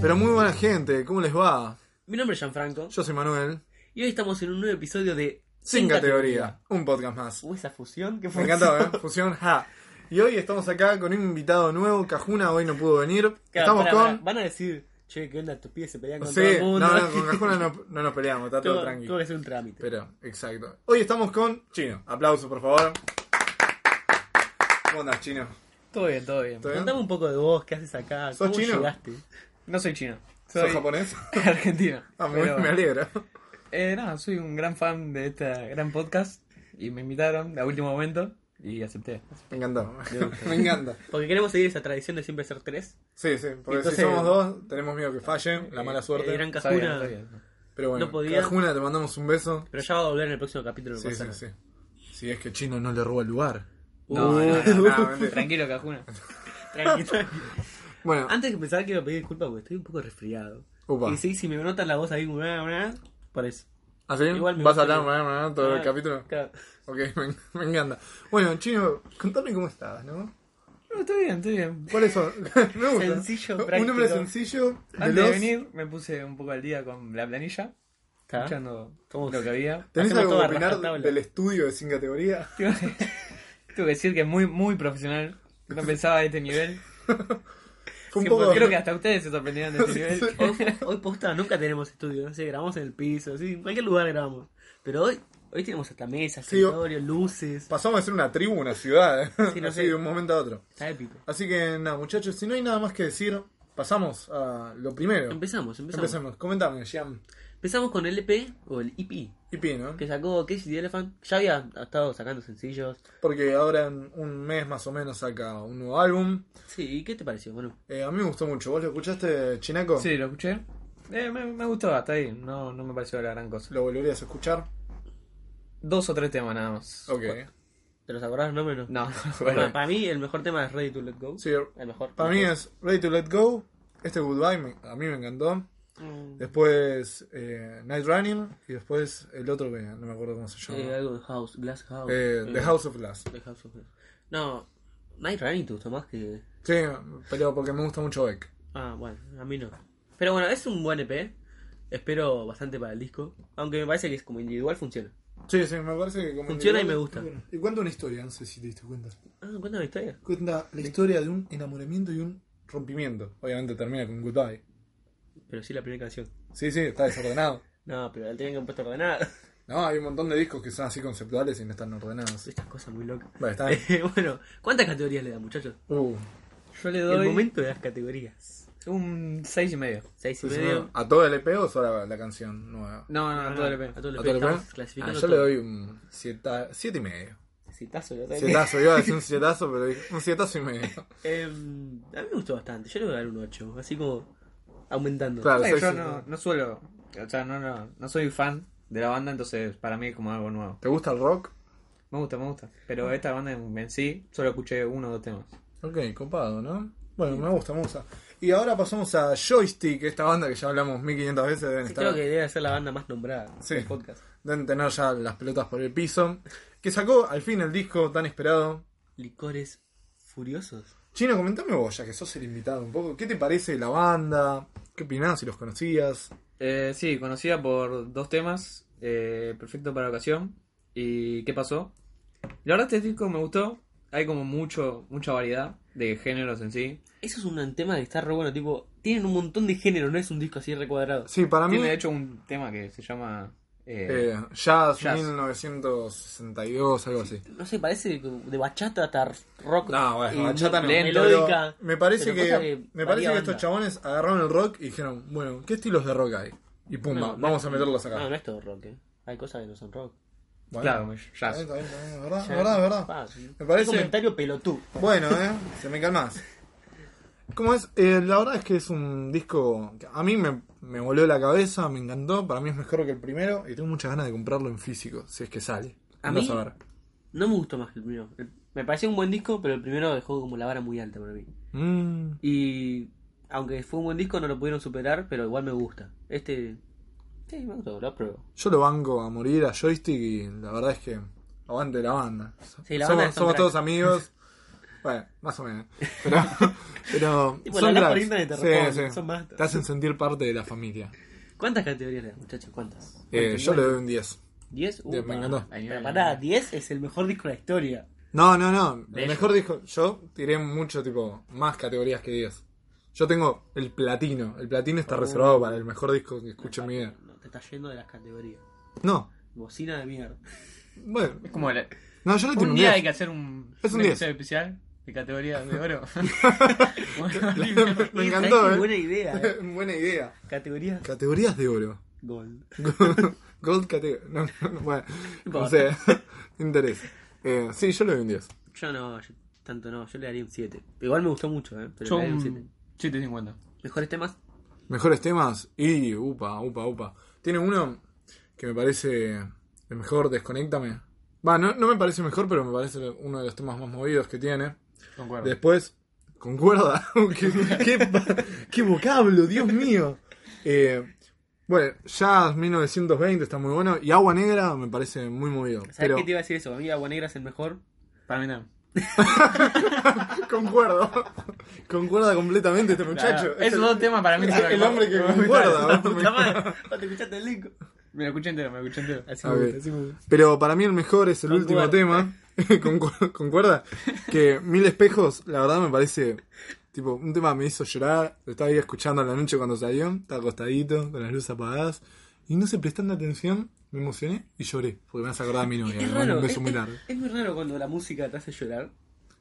Pero muy buena gente, ¿cómo les va? Mi nombre es Gianfranco Yo soy Manuel. y hoy estamos en un nuevo episodio de Sin categoría, un podcast más. O esa fusión que Me fue. encantó, ¿eh? Fusión ja. Y hoy estamos acá con un invitado nuevo, Cajuna hoy no pudo venir. Claro, estamos pará, con. pará. Van a decir, che, ¿qué onda? Tus pies se pelean con Sí, todo el mundo. no, no, con Cajuna no, no nos peleamos, está todo Tuvo- Tuvo tranquilo. que ser un trámite. Pero, exacto. Hoy estamos con Chino. Aplauso, por favor. ¿Cómo andas, Chino? Todo bien, todo bien. ¿Todo bien? Contame un poco de vos, ¿qué haces acá? ¿Sos ¿Cómo chino? llegaste? No soy chino. ¿Sos Soy japonés? argentino. Ah, muy, pero- me alegro. Eh, no, soy un gran fan de este gran podcast y me invitaron a último momento y acepté. Me encantó. Me encanta. Porque queremos seguir esa tradición de siempre ser tres. Sí, sí, porque si Entonces- somos dos, tenemos miedo que fallen, la mala suerte. Eh, gran Está bien, está Cajuna. bien. Pero bueno, No podía. Cajuna, te mandamos un beso. Pero ya va a volver en el próximo capítulo. no Sí, pasa sí, nada. sí. Si es que Chino no le roba el lugar. No, Uh, no, no, no, mentira. Tranquilo, Cajuna. tranqui, tranqui. Bueno, Antes de empezar, quiero pedir disculpas porque estoy un poco resfriado. upa. Y sí, si me notas la voz ahí, bla, bla, por eso. ¿Así? igual me ¿Vas a gusta hablar que- más, más, más todo el Ah, capítulo? claro. Ok, me, me encanta. Bueno, Chino, contame cómo estás, ¿no? No, estoy bien, estoy bien. ¿Cuáles son? me gusta. Sencillo, Un práctico. hombre sencillo, Antes de veloz. venir me puse un poco al día con la planilla, Ah. ¿Está? escuchando ¿Cómo? lo que había. ¿Tenés Hacemos algo todo que a opinar rajatabla. del estudio de sin categoría? Tengo que decir que muy, muy profesional. No pensaba a este nivel. Fue un Sí, poco... Creo que hasta ustedes se sorprendieron de este nivel. Hoy, hoy posta, nunca tenemos estudio, no sé, grabamos en el piso, sí, en cualquier lugar grabamos. Pero hoy, hoy tenemos hasta mesas, Sí, o- escritorio, luces, Pasamos a ser una tribu, una ciudad, ¿eh? Sí, no Así sé. de un momento a otro. está épico. Así que nada, muchachos, si no hay nada más que decir, pasamos a lo primero. Empezamos, empezamos. Empecemos. Comentame, Jam. Empezamos con el EP o el EP Y Pi, ¿no? que sacó Casey the Elephant. Ya había estado sacando sencillos. Porque ahora en un mes más o menos saca un nuevo álbum. Sí, ¿y qué te pareció? Bueno, Eh, a mí me gustó mucho. ¿Vos lo escuchaste, Chinaco? Sí, lo escuché. Eh, me, me gustó, hasta ahí. No, no me pareció la gran cosa. ¿Lo volverías a escuchar? Dos o tres temas nada más. Ok. ¿te los acordás los nombres o no? No, Bueno, bueno. para mí el mejor tema es Ready to Let Go. Sí, El mejor. para mí es Ready to Let Go. Este Goodbye me- a mí me encantó. Mm. Mm. Después eh, Night Running. Y después el otro que no me acuerdo cómo se Eh, llama. algo de House, Glass House. Eh, The Eh, House of Glass. The House of- No, Night Running te gustó más que... Sí, pero porque me gusta mucho Beck. Ah, bueno, a mí no. Pero bueno, es un buen EP. Espero bastante para el disco. Aunque me parece que es como individual funciona. Sí, sí, me parece que como Funciona y individual- me gusta. Bueno, Y cuenta una historia, no sé si te diste cuenta. Ah, cuéntame la historia. Cuenta la historia de un enamoramiento y un rompimiento. Obviamente termina con Goodbye. Pero sí la primera canción. Sí, sí, está desordenado. No, pero la tienen que haber puesto ordenada. No, hay un montón de discos que son así conceptuales y no están ordenados. Estas cosas muy locas. Bueno, está bien. Eh, bueno, ¿cuántas categorías le dan, muchachos? Uh, Yo le El doy momento de las categorías. un seis y medio. Seis y sí, sí, medio. no. ¿A todo el EP o solo a la canción nueva? No, no, Ah, no, todo el a todo EP. el ¿A EP todo el EP? estamos clasificando Ah, yo le todo. doy un sieta- siete y medio. Citazo, yo también. Sietazo, iba a decir un sietazo, pero dije un sietazo y medio. Em, a mí me gustó bastante. Yo le voy a dar un 8. Así como aumentando. Claro, Eh, soy Yo siete- no, no suelo, o sea, no, no, no soy fan de la banda, entonces para mí es como algo nuevo. ¿Te gusta el rock? Me gusta, me gusta. Pero esta banda en en sí solo escuché uno o dos temas. Ok, copado, ¿no? Bueno, me gusta, me gusta. Y ahora pasamos a Joystick, esta banda que ya hablamos 1500 veces. Deben Sí, estar... creo que debe ser la banda más nombrada Sí. del podcast. Deben tener ya las pelotas por el piso. Que sacó al fin el disco tan esperado. Licores furiosos. Chino, comentame vos, ya que sos el invitado un poco. ¿Qué te parece la banda? ¿Qué opinás si los conocías? Eh, sí, conocida por dos temas, eh, Perfecto para la ocasión y ¿Qué pasó? La verdad este disco me gustó, hay como mucho, mucha variedad de géneros en sí. Eso es un tema que está re bueno, tipo, tienen un montón de géneros, no es un disco así recuadrado. Sí, para mí. Tiene de hecho un tema que se llama Eh, Eh, jazz, Jazz. 1962, algo así. No sé, parece como de bachata hasta rock. No, bueno, y bachata no. lento. Pero Melódica. me parece Pero que, cosa que me varía parece que banda. estos chabones agarraron el rock y dijeron, bueno, ¿qué estilos de rock hay? Y pumba, No, no vamos es- a meterlos acá. No, no es todo rock, eh. Hay cosas que no son rock. Bueno, Eh, Claro, está bien, jazz. está bien, está bien, es verdad, es verdad, es verdad. Pa, Me parece- Ah, Un comentario pelotudo. Bueno, eh, se me calmas. ¿Cómo es? Eh, la verdad es que es un disco que a mí me, me voló la cabeza, me encantó, para mí es mejor que el primero y tengo muchas ganas de comprarlo en físico, si es que sale. A Andá mí- saber. No me gustó más que el primero. El- Me pareció un buen disco, pero el primero dejó como la vara muy alta para mí. Mm, Y aunque fue un buen disco, no lo pudieron superar, pero igual me gusta. Este. Sí, me gustó, lo apruebo. yo lo banco a morir a joystick y la verdad es que aguante la banda. Sí, la somos banda son somos cracks. todos amigos. Bueno, más o menos. Pero, pero Tipo, lo hablas por cracks. internet, te Sí, responden, sí. son masters. Te hacen sentir parte de la familia. ¿Cuántas categorías le das, muchachos? ¿Cuántas? Eh, yo le doy un 10. ¿10? Diez, me encantó. Pero pará, 10 es el mejor disco de la historia. No, no, no. Bello. Mejor dijo, yo tiré mucho, tipo, más categorías que 10. Yo tengo el platino. El platino Oh. está reservado para el mejor disco que escucho en mi vida. No, te estás yendo de las categorías. No, Bocina de mierda. bueno. Es como la- No, yo le tiro un un día hay 10. que hacer un, Es un un 10. episodio especial de categoría de oro. Me Eh, encantó, ¿sabés eh. qué Buena idea, eh. Buena idea. Categorías Categorías de oro. Gold. Gold category. No, no, bueno, no sé. Interés. Eh, sí, yo le doy un 10. Yo no, yo- tanto no, yo le daría un 7. Igual me gustó mucho, ¿eh? Pero Yo le daría un este un 7. 750. ¿Mejores temas? Mejores temas y upa, upa, upa. Tiene uno que me parece el mejor, Desconéctame. Va, no, no me parece mejor, pero me parece uno de los temas más movidos que tiene. Concuerdo. Después, concuerda. ¿Qué, qué, pa- qué vocablo, Dios mío. Eh, bueno, Jazz 1920 está muy bueno. Y Agua Negra me parece muy movido. ¿Sabes Pero qué te iba a decir eso? A mí Agua Negra es el mejor. Para mí no. concuerdo. concuerda completamente este muchacho. Esos dos temas para mí Es son el hombre que me concuerda. La puta madre. No te escuchaste el link. Me lo escuché entero, me lo escuché entero. Así A me ver. gusta, así me gusta. Pero para mí el mejor es el Concuerdo. último tema. Concu- Concuerda que Mil Espejos, la verdad me parece. Tipo, un tema me hizo llorar. Lo estaba ahí escuchando a la noche cuando salió. Estaba acostadito, con las luces apagadas. Y no sé, prestando atención, me emocioné y lloré. Porque me hace acordar a mi novia. Es me mandó raro, un es, beso muy es- largo. es muy raro cuando la música te hace llorar.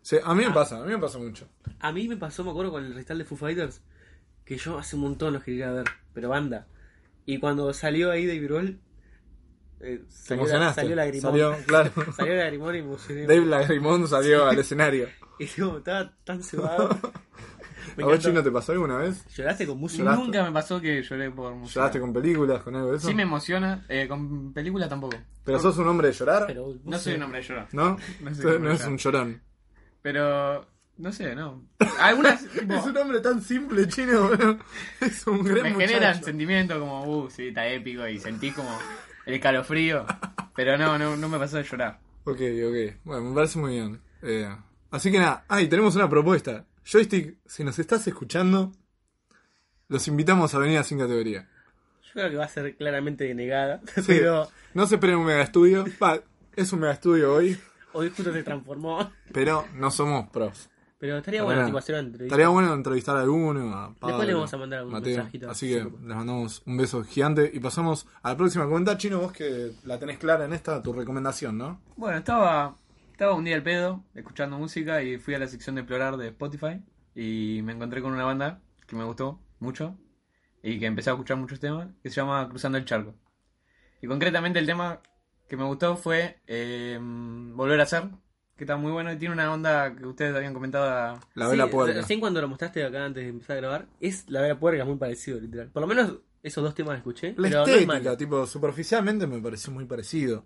Sí, a Ah. mí me pasa, a mí me pasa mucho. A mí me pasó, me acuerdo, con el recital de Foo Fighters, que yo hace un montón los quería ir a ver, pero banda. Y cuando salió ahí Dave Grohl, eh, Te salió, emocionaste. salió lagrimón. Salió, claro. Salió lagrimón y me emocioné. Dave Lagrimón salió al escenario. Y digo, estaba tan cebado. Me ¿A vos, encantó. Chino, te pasó alguna vez? ¿Lloraste con música? Lloraste. Nunca me pasó que lloré por música. ¿Lloraste con películas, con algo de eso? Sí me emociona, eh, con película tampoco. ¿Pero sos un hombre de llorar? Pero, No soy un hombre de llorar. ¿No? No sé Sos- cómo no es llorar. un llorón. Pero, no sé, no. Algunas tipo, Es un hombre tan simple, chino, boludo. Es un gran me muchacho. generan sentimientos como, uh, sí, está épico y sentí como el escalofrío. Pero no, no, no me pasó de llorar. Ok, ok. Bueno, me parece muy bien. Eh, así que nada, ay, tenemos una propuesta. Joystick, si nos estás escuchando, los invitamos a venir a Sin Categoría. Yo creo que va a ser claramente denegada. Sí. Pero No se esperen un mega estudio. Va, es un mega estudio hoy, hoy justo se transformó. pero no somos pros. Pero estaría Bueno, bueno, tipo, hacer una entrevista. Estaría bueno entrevistar a alguno, a Pablo, Después le vamos a mandar algún Mateo. mensajito. Así que les mandamos un beso gigante y pasamos a la próxima cuenta. Chino, vos que la tenés clara en esta, tu recomendación, ¿no? Bueno, estaba, estaba un día al pedo, escuchando música y fui a la sección de explorar de Spotify y me encontré con una banda que me gustó mucho y que empecé a escuchar muchos temas que se llama Cruzando el Charco. Y concretamente el tema que me gustó fue eh, Volver a Ser, que está muy bueno y tiene una onda que ustedes habían comentado a- La vela Sí, puerca. Recién cuando lo mostraste acá antes de empezar a grabar, es la vela puerca, es muy parecido, literal. Por lo menos esos dos temas los escuché. La pero no es estética, malo. tipo, superficialmente me pareció muy parecido.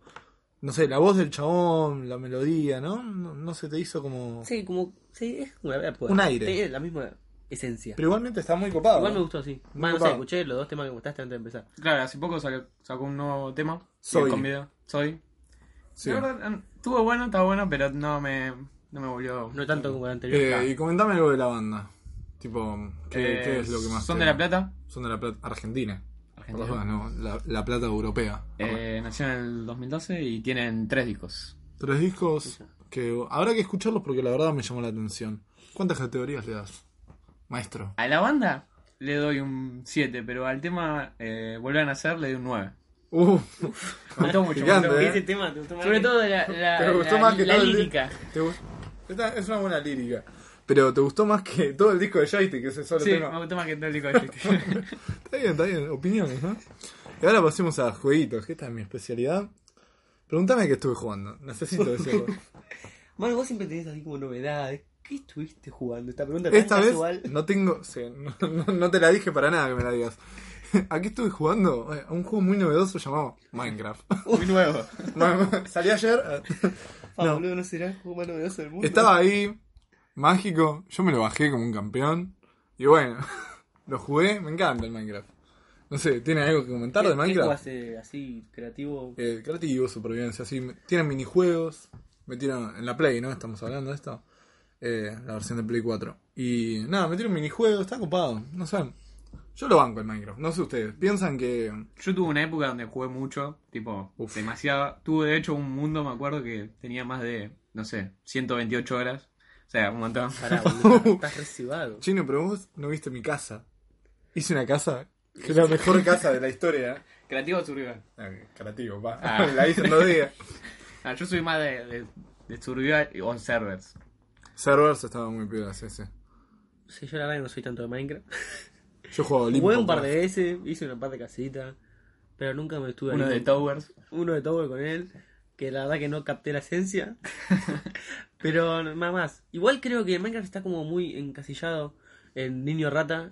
No sé, la voz del chabón, la melodía, ¿no? No, no se te hizo como... Sí, como. Sí, es una vela puerca. Un aire. Tiene la misma esencia. Pero igualmente está muy copado. Igual ¿no? me gustó así. Muy Más no sé, copado. escuché los dos temas que mostraste antes de empezar. Claro, hace poco salió- sacó un nuevo tema. Soy. Con video. Soy. Sí. La verdad, em, estuvo bueno, estaba bueno, pero no me, no me volvió. No tanto como el anterior. Eh, y comentame algo de la banda. Tipo, ¿qué, Eh, qué es lo que más... Son te- de La Plata. Son de La Plata, Argentina. Por Argentina. las dudas, no, la, La Plata europea. Eh, nació en el 2012 y tienen tres discos. Tres discos que habrá que escucharlos porque la verdad me llamó la atención. ¿Cuántas categorías le das? Maestro. A la banda le doy un 7, pero al tema eh, Volver a Nacer le doy un 9. Uh, Me gustó mucho. Gigante, me gustó. eh. Ese tema te gustó más Sobre que- todo la, la, ¿Te gustó la- más que la todo el di- lírica. te gu- Esta es una buena lírica. Pero te gustó más que todo el disco de Shitey, que ese solo Sí, me tema. gustó más que todo el disco de Shakespeare. Está bien, está bien. Opiniones, ¿no? Y ahora pasemos a jueguitos, que esta es mi especialidad. Pregúntame qué estuve jugando. Necesito decirlo. Bueno, vos siempre tenés así como novedades. ¿Qué estuviste jugando? Esta pregunta tan Esta vez casual. no tengo. sí, no, no- no te la dije para nada que me la digas. Aquí estuve jugando eh, a un juego muy novedoso llamado Minecraft. Muy nuevo. Bueno, Salí ayer. Ah, no. boludo, no será el juego más novedoso del mundo. Estaba ahí, mágico. Yo me lo bajé como un campeón. Y bueno, lo jugué. Me encanta el Minecraft. No sé, ¿tiene algo que ¿Qué- comentar de ¿Qué juego Minecraft? hace así creativo? Eh, creativo, supervivencia, así. Tienen minijuegos. Metieron en la Play, ¿no? Estamos hablando de esto. Eh, la versión de Play 4. Y nada, metieron minijuegos, está copado. No sé. Yo lo banco el Minecraft, no sé ustedes. Piensan que. Yo tuve una época donde jugué mucho, tipo, Uf. demasiado. Tuve de hecho un mundo, me acuerdo, que tenía más de, no sé, 128 horas. O sea, un montón. Pará, boludo, estás recibado. Chino, pero vos no viste mi casa. Hice una casa. Que es la mejor casa de la historia. Creativo o survival. Ah, Creativo, pa. Ah. La hice en dos días. Ah, yo soy más de, de, de survival y- o servers. Servers estaba muy piola, sí, sí. Sí, yo la verdad que no soy tanto de Minecraft. Yo jugaba Olimpo. Jugué un par pa. de veces, hice una par de casitas, pero nunca me estuve Uno ahí de con- towers. uno de todo con él, que la verdad que no capté la esencia. pero nada más. Igual creo que Minecraft está como muy encasillado en niño rata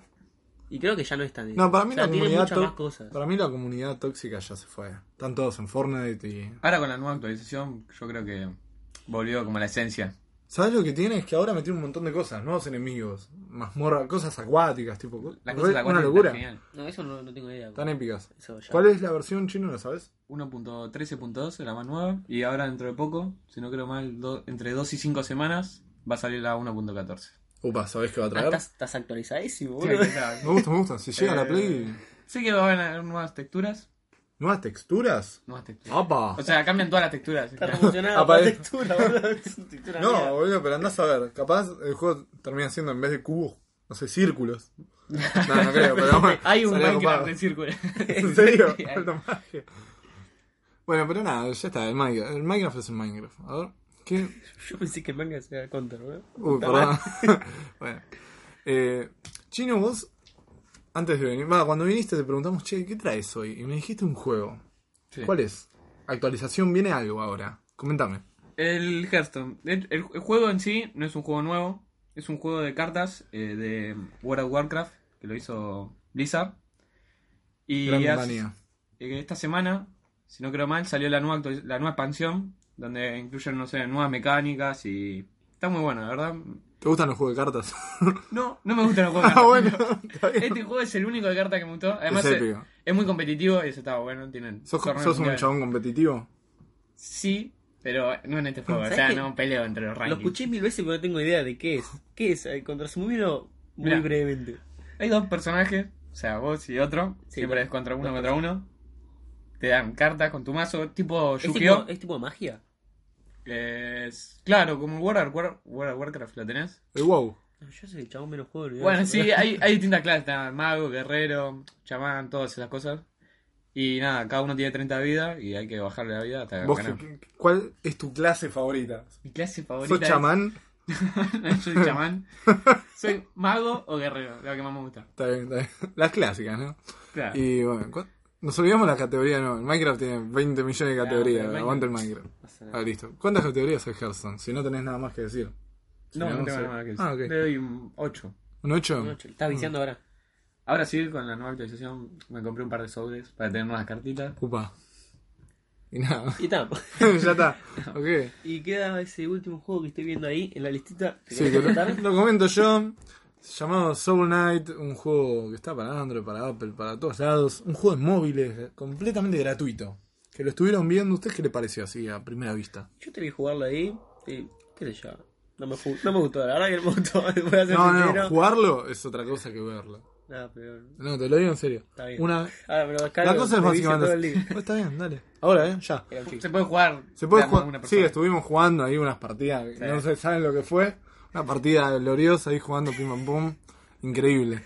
y creo que ya no es tan No, para mí o sea, la tiene comunidad muchas más to- cosas. Para mí la comunidad tóxica ya se fue. Están todos en Fortnite y. Ahora con la nueva actualización, yo creo que volvió como la esencia. ¿Sabes lo que tiene? Es que ahora metieron un montón de cosas, nuevos enemigos, mazmorra, cosas acuáticas, tipo. co- re- Las cosas de la una cual locura. genial. No, eso no, no tengo idea. Tan épicas. Eso ya. ¿Cuál es la versión chino? ¿Lo sabes? 1.13.2 es la más nueva. Y ahora dentro de poco, si no creo mal, do- entre 2 y 5 semanas va a salir la 1.14. Upa, ¿sabés qué va a Ah, traer? estás, estás actualizadísimo, Sí, boludo. claro. Me gusta, me gusta. Si Eh. llega la Play. Sí que van a haber nuevas texturas. ¿Nuevas texturas? Nuevas texturas. ¡Apa! O sea, cambian todas las texturas. Estás revolucionado por la Apare- textura, boludo. Es una textura mía. No, boludo, pero andás a ver. Capaz el juego termina siendo en vez de cubos, no sé, círculos. No, no creo, pero bueno. Hay un salía Minecraft copado. de círculo. ¿En serio? Sí, hay. Alta magia. Bueno, pero nada, ya está, el Minecraft. El Minecraft es el Minecraft. A ver, ¿qué? Yo pensé que Minecraft era Counter, boludo. Uy, perdón. bueno. Eh, Chino, vos, antes de venir, va, cuando viniste te preguntamos, che, ¿qué traes hoy? Y me dijiste un juego. Sí. ¿Cuál es? Actualización, viene algo ahora. Comentame. El Hearthstone. El, el- el juego en sí no es un juego nuevo. Es un juego de cartas eh, de World of Warcraft que lo hizo Blizzard. Y Gran hace- compañía. eh, esta semana, si no creo mal, salió la nueva, actualiz- la nueva expansión donde incluyen, no sé, nuevas mecánicas y... Está muy bueno, la verdad. ¿Te gustan los juegos de cartas? No, no me gustan los juegos. de ah, cartas. bueno. está bien. Este juego es el único de cartas que me gustó. Además, eh, Es es, épico. es muy competitivo y eso estaba bueno. Tienen ¿Sos, torneos sos un mundiales. chabón competitivo? Sí, pero no en este juego. O ¿Sabes sea, qué? no peleo entre los Lo rankings. escuché mil veces pero no tengo idea de qué es. ¿Qué es? Eh, Contra Sumino, muy Mirá. brevemente. Hay dos personajes, o sea, vos y otro. Sí, siempre claro. es contra uno contra uno. Te dan cartas con tu mazo, tipo ¿Es tipo, Yu-Gi-Oh! ¿Es tipo de magia? que es- claro, como World of, War- World of Warcraft lo tenés. El Eh, wow. No, Yo soy el chabón menos juego del Bueno, universo, sí, hay, hay distintas clases: está mago, guerrero, chamán, todas esas cosas. Y nada, cada uno tiene 30 vidas y hay que bajarle la vida hasta ¿Vos ganar. qué- qué- ¿Cuál es tu clase favorita? Mi clase favorita. ¿Sos es- chamán? No, soy chamán. soy mago o guerrero, lo que más me gusta. Está bien, está bien. Las clásicas, ¿no? Claro. Y bueno, ¿cu- nos olvidamos la categoría, no. El Minecraft tiene 20 millones Ah, de categorías. pero el aguanta el Minecraft. Ah, listo. ¿Cuántas categorías hay Hearthstone? Si no tenés nada más que decir. Si No, no vamos tengo a- nada más que decir. Ah, ok. Le doy un 8. ¿Un 8? No, che, Estás viciando ahora. Ahora sí, con la nueva actualización me compré un par de sobres para tener nuevas cartitas. Upa. Y nada. Y está. ya está. Ok. Y queda ese último juego que estoy viendo ahí en la listita. ¿Te Sí, querés que lo, contar? lo comento yo. Llamado Soul Knight, un juego que está para Android, para Apple, para todos lados. Un juego de móviles eh, completamente gratuito. Que lo estuvieron viendo. ¿Ustedes qué le pareció así a primera vista? Yo te vi jugarlo ahí. Y, ¿Qué sé yo? No me, ju- no me gustó, la verdad que no me gustó. Voy a ser No, sincero. no, jugarlo es otra cosa que verlo. No, pero. No, te lo digo en serio. Está bien. Una, Ahora me lo descargo. la cosa es reviso básicamente. todo el libro. Oh, está bien, dale. Ahora, eh, ya. Era un chiste. Se puede jugar. Se puede de a más de una jugar. Sí, persona. estuvimos jugando ahí unas partidas. No sé, ¿saben lo que fue? Una partida gloriosa ahí jugando pim pam pum. Increíble.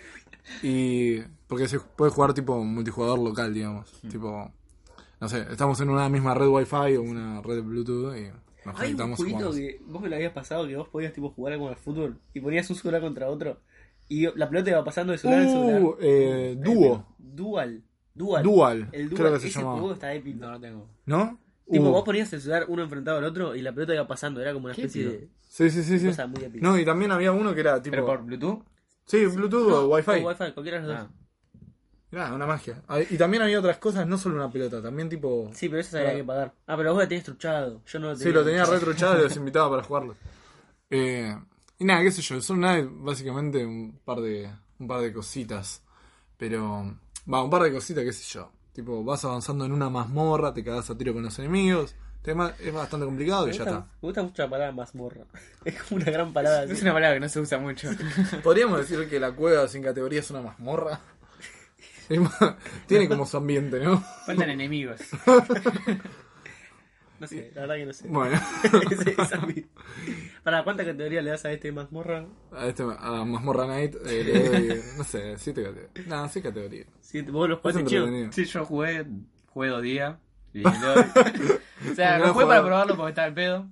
Y. Porque se puede jugar tipo multijugador local, digamos. Tipo. no sé, estamos en una misma red wifi o una red Bluetooth y nos Hay un conectamos y jueguito jugamos. que vos me lo habías pasado que vos podías tipo jugar como al fútbol y ponías un celular contra otro y la pelota iba pasando de celular en celular. Uh, eh, Duo, Dual. Dual. Dual, El Dual. creo que se Ese llamaba. juego está épico. No, no tengo. ¿no? Tipo, Uh, vos ponías el celular uno enfrentado al otro y la pelota iba pasando. Era como una especie de sí, sí, sí, sí. cosa muy épica. No, y también había uno que era tipo... ¿Pero por Bluetooth? Sí, Bluetooth No, o Wi-Fi. o Oh, Wi-Fi, cualquiera de los Ah. dos. Mirá, una magia. Ah, Y también había otras cosas, no solo una pelota, también tipo... Sí, pero eso había Claro. que pagar. Ah, pero vos la tenías truchado. Yo no lo tenía. Sí, lo tenía retruchado y los invitaba para jugarlo. Eh, y nada, qué sé yo, son Night básicamente un par de un par de cositas. Pero va, un par de cositas, qué sé yo. Tipo, vas avanzando en una mazmorra, te cagás a tiro con los enemigos. Tema es bastante complicado Me y ya gusta, está. me gusta mucho la palabra mazmorra. Es como una gran palabra. así. Es una palabra que no se usa mucho. Podríamos decir que la cueva sin categoría es una mazmorra. Es más, Tiene como su ambiente, ¿no? Faltan enemigos. No sé, la verdad que no sé. Bueno, Ese es a mí. ¿Para cuánta categoría le das a este mazmorra? a, este, a Mazmorra Night eh, le doy, no sé, siete categorías. Nada, sí categorías. Si vos los Es jueces, chido. entretenido. Sí, yo jugué, jugué dos días. Y le doy- o sea, Un gran lo jugué para jugador. probarlo porque estaba el pedo.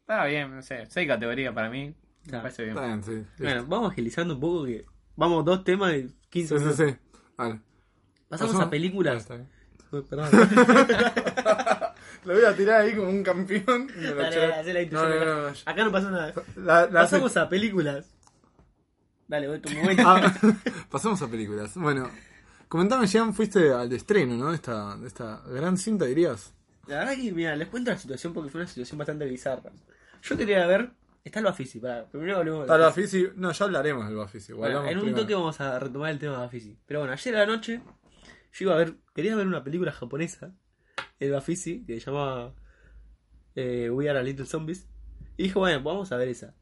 Estaba bien, no sé. Seis categorías para mí. Claro. Me parece bien. Está bien, sí. Bueno, vamos agilizando un poco que vamos dos temas de 15 Sí, sí, minutos. sí. Vale. Pasamos Pasó- a películas. Ah, está bien. Uy, Perdón. Lo voy a tirar ahí como un campeón. y me lo Dale, choreo. dale, hacé la no, introducción no, acá. no, no. Acá no pasó nada. La- la hace- Pasamos a películas. Dale, voy tu momento. Ah, pasamos a películas. Bueno, comentame, Jean, fuiste al estreno, ¿no? Esta, de esta gran cinta, dirías. La verdad que, mira, les cuento la situación porque fue una situación bastante bizarra. Yo quería ver. Está lo Afisi, para. Primero hablemos de Para Bafisi. Bafisi, no, ya hablaremos del Bafisi. Bueno, guardamos en un primero. toque vamos a retomar el tema de Bafisi. Pero bueno, ayer a la noche yo iba a ver, quería ver una película japonesa, el Bafisi, que se llamaba eh, We Are a Little Zombies. Y dije, bueno, vamos a ver esa.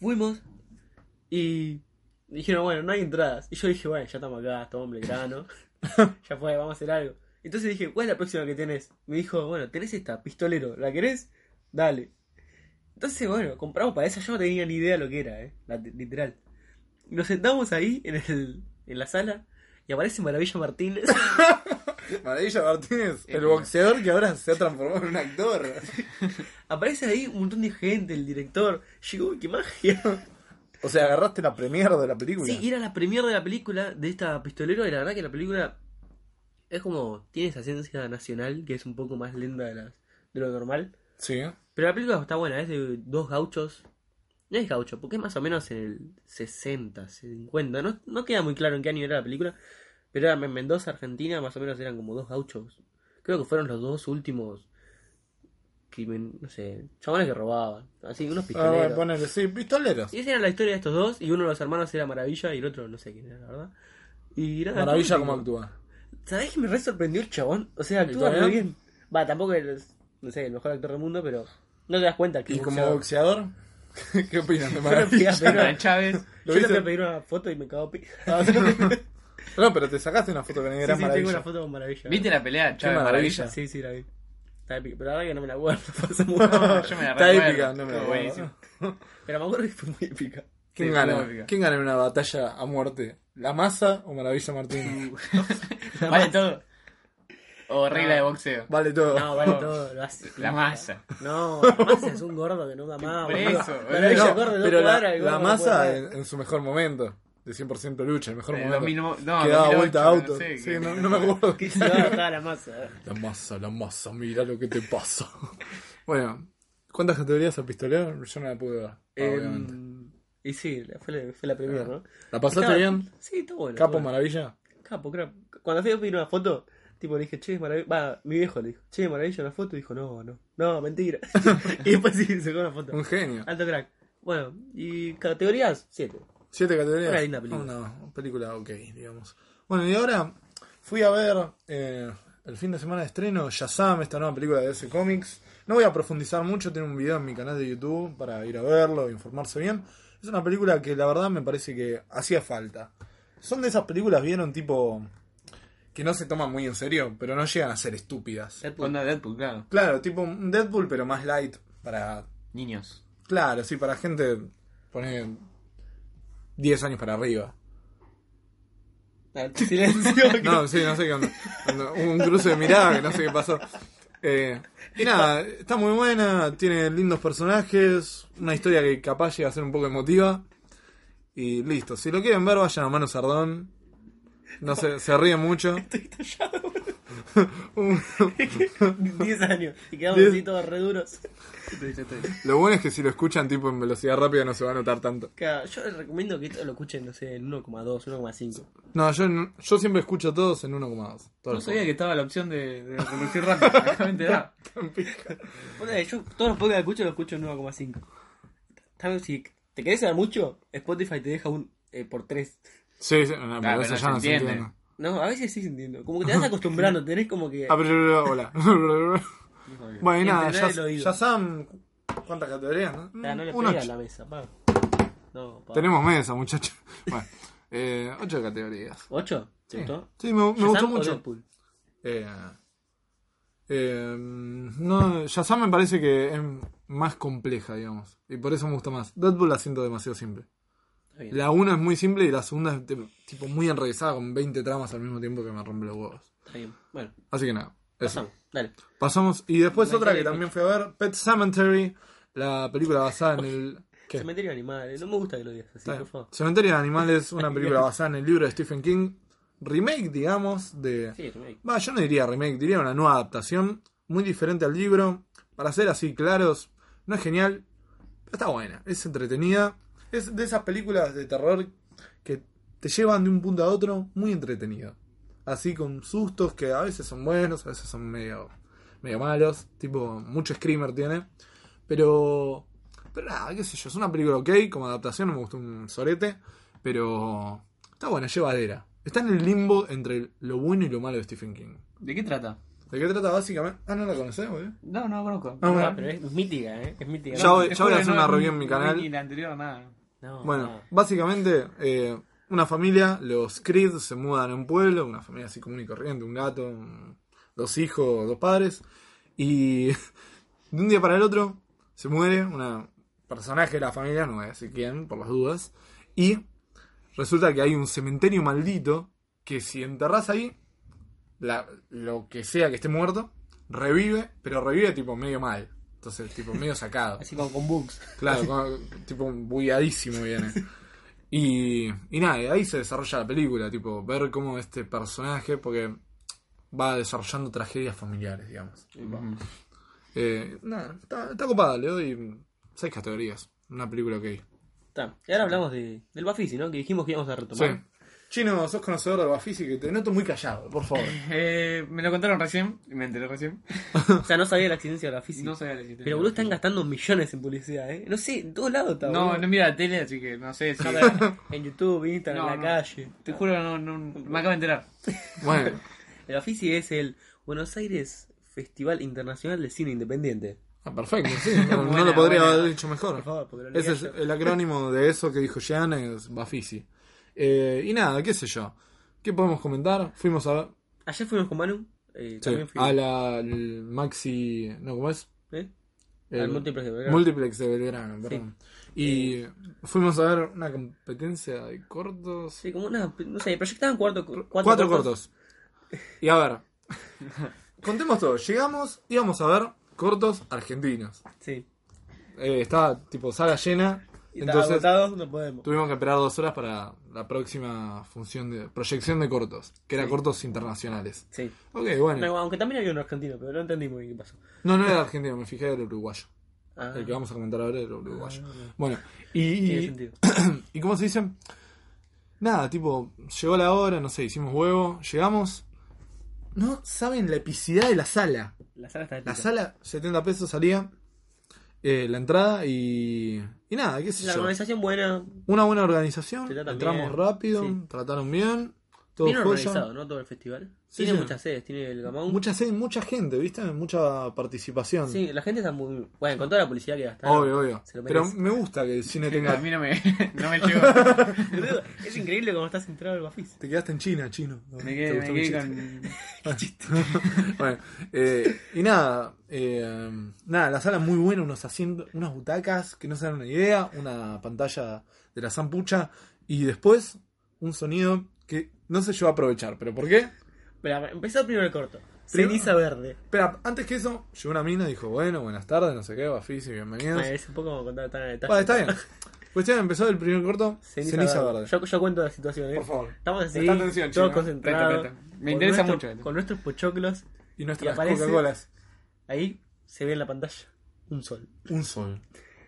Fuimos y dijeron, bueno, no hay entradas. Y yo dije, bueno, ya estamos acá, estamos en Belgrano, ya fue, vamos a hacer algo. Entonces dije, ¿cuál es la próxima que tenés? Me dijo, bueno, tenés esta, pistolero, ¿la querés? Dale. Entonces, bueno, compramos para esa, yo no tenía ni idea de lo que era, eh, la- literal. Nos sentamos ahí en, el, en la sala y aparece Maravilla Martínez. Maravilla Martínez, el boxeador que ahora se ha transformado en un actor. aparece ahí un montón de gente, el director. Llegó, uy, qué magia. O sea, agarraste la premiere de la película. Sí, era la premiere de la película de esta pistolero y la verdad que la película es como tiene esa ciencia nacional que es un poco más lenta de, las, de lo normal. Sí. Ah, Pero la película está buena, es de dos gauchos. No es gaucho, porque es más o menos en el 60, 50. No, no queda muy claro en qué año era la película. Pero era en Mendoza, Argentina, más o menos eran como dos gauchos. Creo que fueron los dos últimos. crimen- no sé, chabones que robaban. Así, unos Ah, pistoleros. bueno, ponele, sí, pistoleros. Y esa era la historia de estos dos. Y uno de los hermanos era Maravilla y el otro no sé quién era, la verdad. Y nada, Maravilla todo como tipo- actúa. ¿Sabés que me re sorprendió el chabón? O sea, actúa ¿Italiano? muy bien. Va, tampoco es, no sé, el mejor actor del mundo, pero no te das cuenta que ¿Y es como boxeador. boxeador? ¿Qué opinas de Yo le fui Maravilla? a pedir Para una, Chávez. ¿Lo yo le fui viste? a pedir una foto y me cago pi. No, pero te sacaste una foto con el Sí, gran sí, Maravilla. tengo una foto con Maravilla. ¿Viste la pelea de Chávez maravilla. Maravilla? Sí, sí, la vi. Está épica, Pero la verdad que no me la acuerdo. Pasa mucho. Yo me la Está recuerdo. épica, no me la Estuvo acuerdo. buenísimo. Pero me acuerdo que fue muy épica. ¿Quién Sí, estuvo gana? épica. ¿Quién gana en una batalla a muerte? ¿La masa o Maravilla Martínez? Vale todo. O regla Ah. de boxeo. Vale todo. No, vale todo. Lo hace. La masa. No, la masa es un gordo que no da más. Por boludo. eso, boludo. Maravilla No, corre dos pero la, cuadras y la gordo no masa puede Eh, en, en su mejor momento, de 100% lucha, el mejor En momento. 2000 no, 2008, que daba vuelta a no auto. sé, sí, que- no, no me acuerdo. Que se va a matar la masa. La masa, la masa, mira lo que te pasa. bueno, ¿cuántas categorías al pistolero? Yo no la pude ver. obviamente. Em, y sí, la- fue la, fue la primera, ¿no? ¿La pasaste Estaba- bien? Sí, todo bueno. Capo todo bueno. Maravilla. Capo, crap. Cuando fui a pedir una foto, tipo le dije, che, maravilla. Va, mi viejo le dijo, che, maravilla una foto. Y dijo, no, no, no, mentira. y después sí, sacó una foto. Un genio. Alto crack. Bueno, y categorías, siete. ¿Siete categorías? Ah, Una linda película. Una película ok, digamos. Bueno, y ahora fui a ver eh, el fin de semana de estreno Shazam, esta nueva película de DC Comics. No voy a profundizar mucho, tiene un video en mi canal de YouTube para ir a verlo, informarse bien. Es una película que la verdad me parece que hacía falta. Son de esas películas, vieron, tipo... que no se toman muy en serio, pero no llegan a ser estúpidas. Onda Deadpool, claro. Claro, tipo un Deadpool, pero más light para Niños. Claro, sí, para gente, pone 10 años para arriba. El silencio. que- No, sí, no sé qué onda. Onda, hubo Un cruce de mirada que no sé qué pasó. Eh, y nada, está muy buena, tiene lindos personajes, una historia que capaz llega a ser un poco emotiva. Y listo, si lo quieren ver, vayan a Mano Sardón. No sé, se ríe mucho. Estoy tallado, 10 años. Y quedamos Diez. así todos re duros. Lo bueno es que si lo escuchan tipo en velocidad rápida no se va a notar tanto. Claro, ah, yo les recomiendo que esto lo escuchen, no sé, en 1,2, 1,5. No, yo, en- yo siempre escucho todos en 1,2. todo el No sabía que estaba la opción de, de reproducir rápido. Acá me enteraba. Ponele, Yo todos los podcasts que escucho los escucho en 1,5. Tal vez si te querés dar mucho, Spotify te deja un eh, por 3. Sí, sí, no, pero Ah, pero eso no ya se no se entiende. entiende. No, a veces sí entiendo. Como que te vas acostumbrando, tenés como que. Ah, pero- pero- pero- hola. bueno, y Y nada, entrenar ya, el oído. ya saben cuántas categorías, ¿no? Ah, no le Unos pegué a ch- la mesa, pa. No, pa. Tenemos mesa, muchachos. Bueno, eh, ocho categorías. ¿Ocho? ¿Te gustó? Sí, me, me ¿Shazam gustó o mucho. Deadpool? Eh, eh, no, Shazam me parece que es más compleja, digamos. Y por eso me gusta más. Deadpool la siento demasiado simple. Está bien. La una es muy simple y la segunda es te- tipo muy enrevesada con 20 tramas al mismo tiempo que me rompe los huevos. Está bien. Bueno, Así que nada. Eso. pasamos. Dale. Pasamos. Y después No otra que entiendo. también fui a ver, Pet Cemetery, la película basada en el. ¿Qué? Cementerio animal. No me gusta que lo digas así, Está por bien. favor. Cementerio de Animales, una película basada en el libro de Stephen King. Remake, digamos, de. Sí, remake. Va, yo no diría remake, diría una nueva adaptación. Muy diferente al libro. Para ser así claros, no es genial. Pero está buena, es entretenida. Es de esas películas de terror que te llevan de un punto a otro muy entretenido. Así con sustos que a veces son buenos, a veces son medio, medio malos. Tipo, mucho screamer tiene. Pero. Pero nada, qué sé yo, es una película ok, como adaptación, no me gustó un sorete. Pero. Está buena, llevadera. Está en el limbo entre lo bueno y lo malo de Stephen King. ¿De qué trata? ¿De qué trata básicamente? Ah, no la conocés, boludo. No, no lo conozco. Ah, bueno. Ah, pero es es mítica, ¿eh? Es mítica. Ya voy, Te ya voy juro a que hacer no una es review en ni- mi Ni canal. la anterior, nada. No, Bueno, no. básicamente, eh, una familia, los Creed se mudan a un pueblo, una familia así común y corriente, un gato, un- dos hijos, dos padres, y de un día para el otro se muere una personaje de la familia, no voy a decir quién, por las dudas, y resulta que hay un cementerio maldito que si enterrás ahí, la- lo que sea que esté muerto, revive, pero revive tipo medio mal. Entonces, tipo medio sacado. Así como con bugs. Claro, con- tipo bulladísimo viene. Y, y nada, y ahí se desarrolla la película, tipo, ver cómo este personaje, porque va desarrollando tragedias familiares, digamos. Eh, nada, está, está copada, le doy seis categorías. Una película que Está. Y ahora hablamos de, del Bafisi, ¿no? Que dijimos que íbamos a Sí. retomar. Chino, sos conocedor de Bafisi, que te noto muy callado, por favor. Eh, me lo contaron recién, me enteré recién. O sea, no sabía la existencia del Bafisi. No sabía la existencia. pero, boludo, están gastando millones en publicidad, ¿eh? No sé, en todos lados está, No, boludo. no mira la tele, así que no sé si. En YouTube, Instagram, No, en la no. calle. Te juro que no, no- me acabo de enterar. Bueno, El Bafisi es el Buenos Aires Festival Internacional de Cine Independiente. ah, perfecto, sí, no, no Buena, lo podría buena. haber dicho mejor. Por favor, porque lo leí Ese es ayer. el acrónimo de eso que dijo Jean es Bafisi. Eh, y nada, qué sé yo. ¿Qué podemos comentar? Fuimos a ver Ayer fuimos con Manu. Eh, también sí, fui. a la al maxi. ¿No cómo es? ¿eh? El Al múltiplex de Belgrano. Múltiplex de Belgrano, perdón. Y fuimos a ver una competencia de cortos. Sí, como una. No sé, proyectaban cuatro, cuatro, cuatro, cortos. Y a ver. contemos todo. Llegamos, íbamos a ver cortos argentinos. Sí. Eh, estaba tipo sala llena. Y entonces entonces, agotados, no podemos. Tuvimos que esperar dos horas para la próxima función de proyección de cortos, que era cortos internacionales. Sí. Ok, bueno. No, aunque también había un argentino, pero no entendí muy bien qué pasó. No, no era argentino, me fijé, era uruguayo. Ah, El que vamos a comentar ahora era uruguayo. Bueno, tiene y, sentido. ¿Y cómo se dice? Nada, tipo, llegó la hora, no sé, hicimos huevo, llegamos. No saben la epicidad de la sala. La sala está La épica. sala, 70 pesos salía eh, la entrada y. Y nada, qué sé La yo. organización buena, Una buena organización, Te tratan entramos bien, rápido, sí. trataron bien, todo bien joya. organizado, ¿no? Todo el festival. Sí, tiene sí. muchas sedes, tiene el Gamón. Mucha sed, mucha gente, ¿viste? Mucha participación. Sí, la gente está muy. Bueno, con toda la publicidad que gastaron. Obvio, obvio. Se lo Pero merece. me gusta que el cine A tenga. mí no me, no me llegó. Boludo, es increíble cómo está centrado el Bafis. Te quedaste en China, chino. Me ¿Te quedé, gustó me mi quedé chiste? con. bueno, eh, y nada, eh, nada, la sala muy buena, unos asientos, unas butacas que no se dan una idea, una pantalla de la zampucha y después un sonido que no sé yo aprovechar, pero ¿por qué? Espera, empezó primero el corto. Primero- Ceniza verde. Pero antes que eso, llegó una mina y dijo, bueno, buenas tardes, no sé qué, Bafisi, bienvenidos. Bueno, es un poco como contar tan en detalle. Bueno, está bien. Pues ya empezó el primer corto, Ceniza, Ceniza, verde. Verde. Yo, yo cuento la situación, ¿eh? Por favor. Estamos así, Presta atención, todos chino. concentrados. Presta, presta. Me con interesa nuestro- mucho esto. Con nuestros pochoclos, Y Y nuestras aparece- Coca-Colas. ahí se ve en la pantalla un sol. Un sol.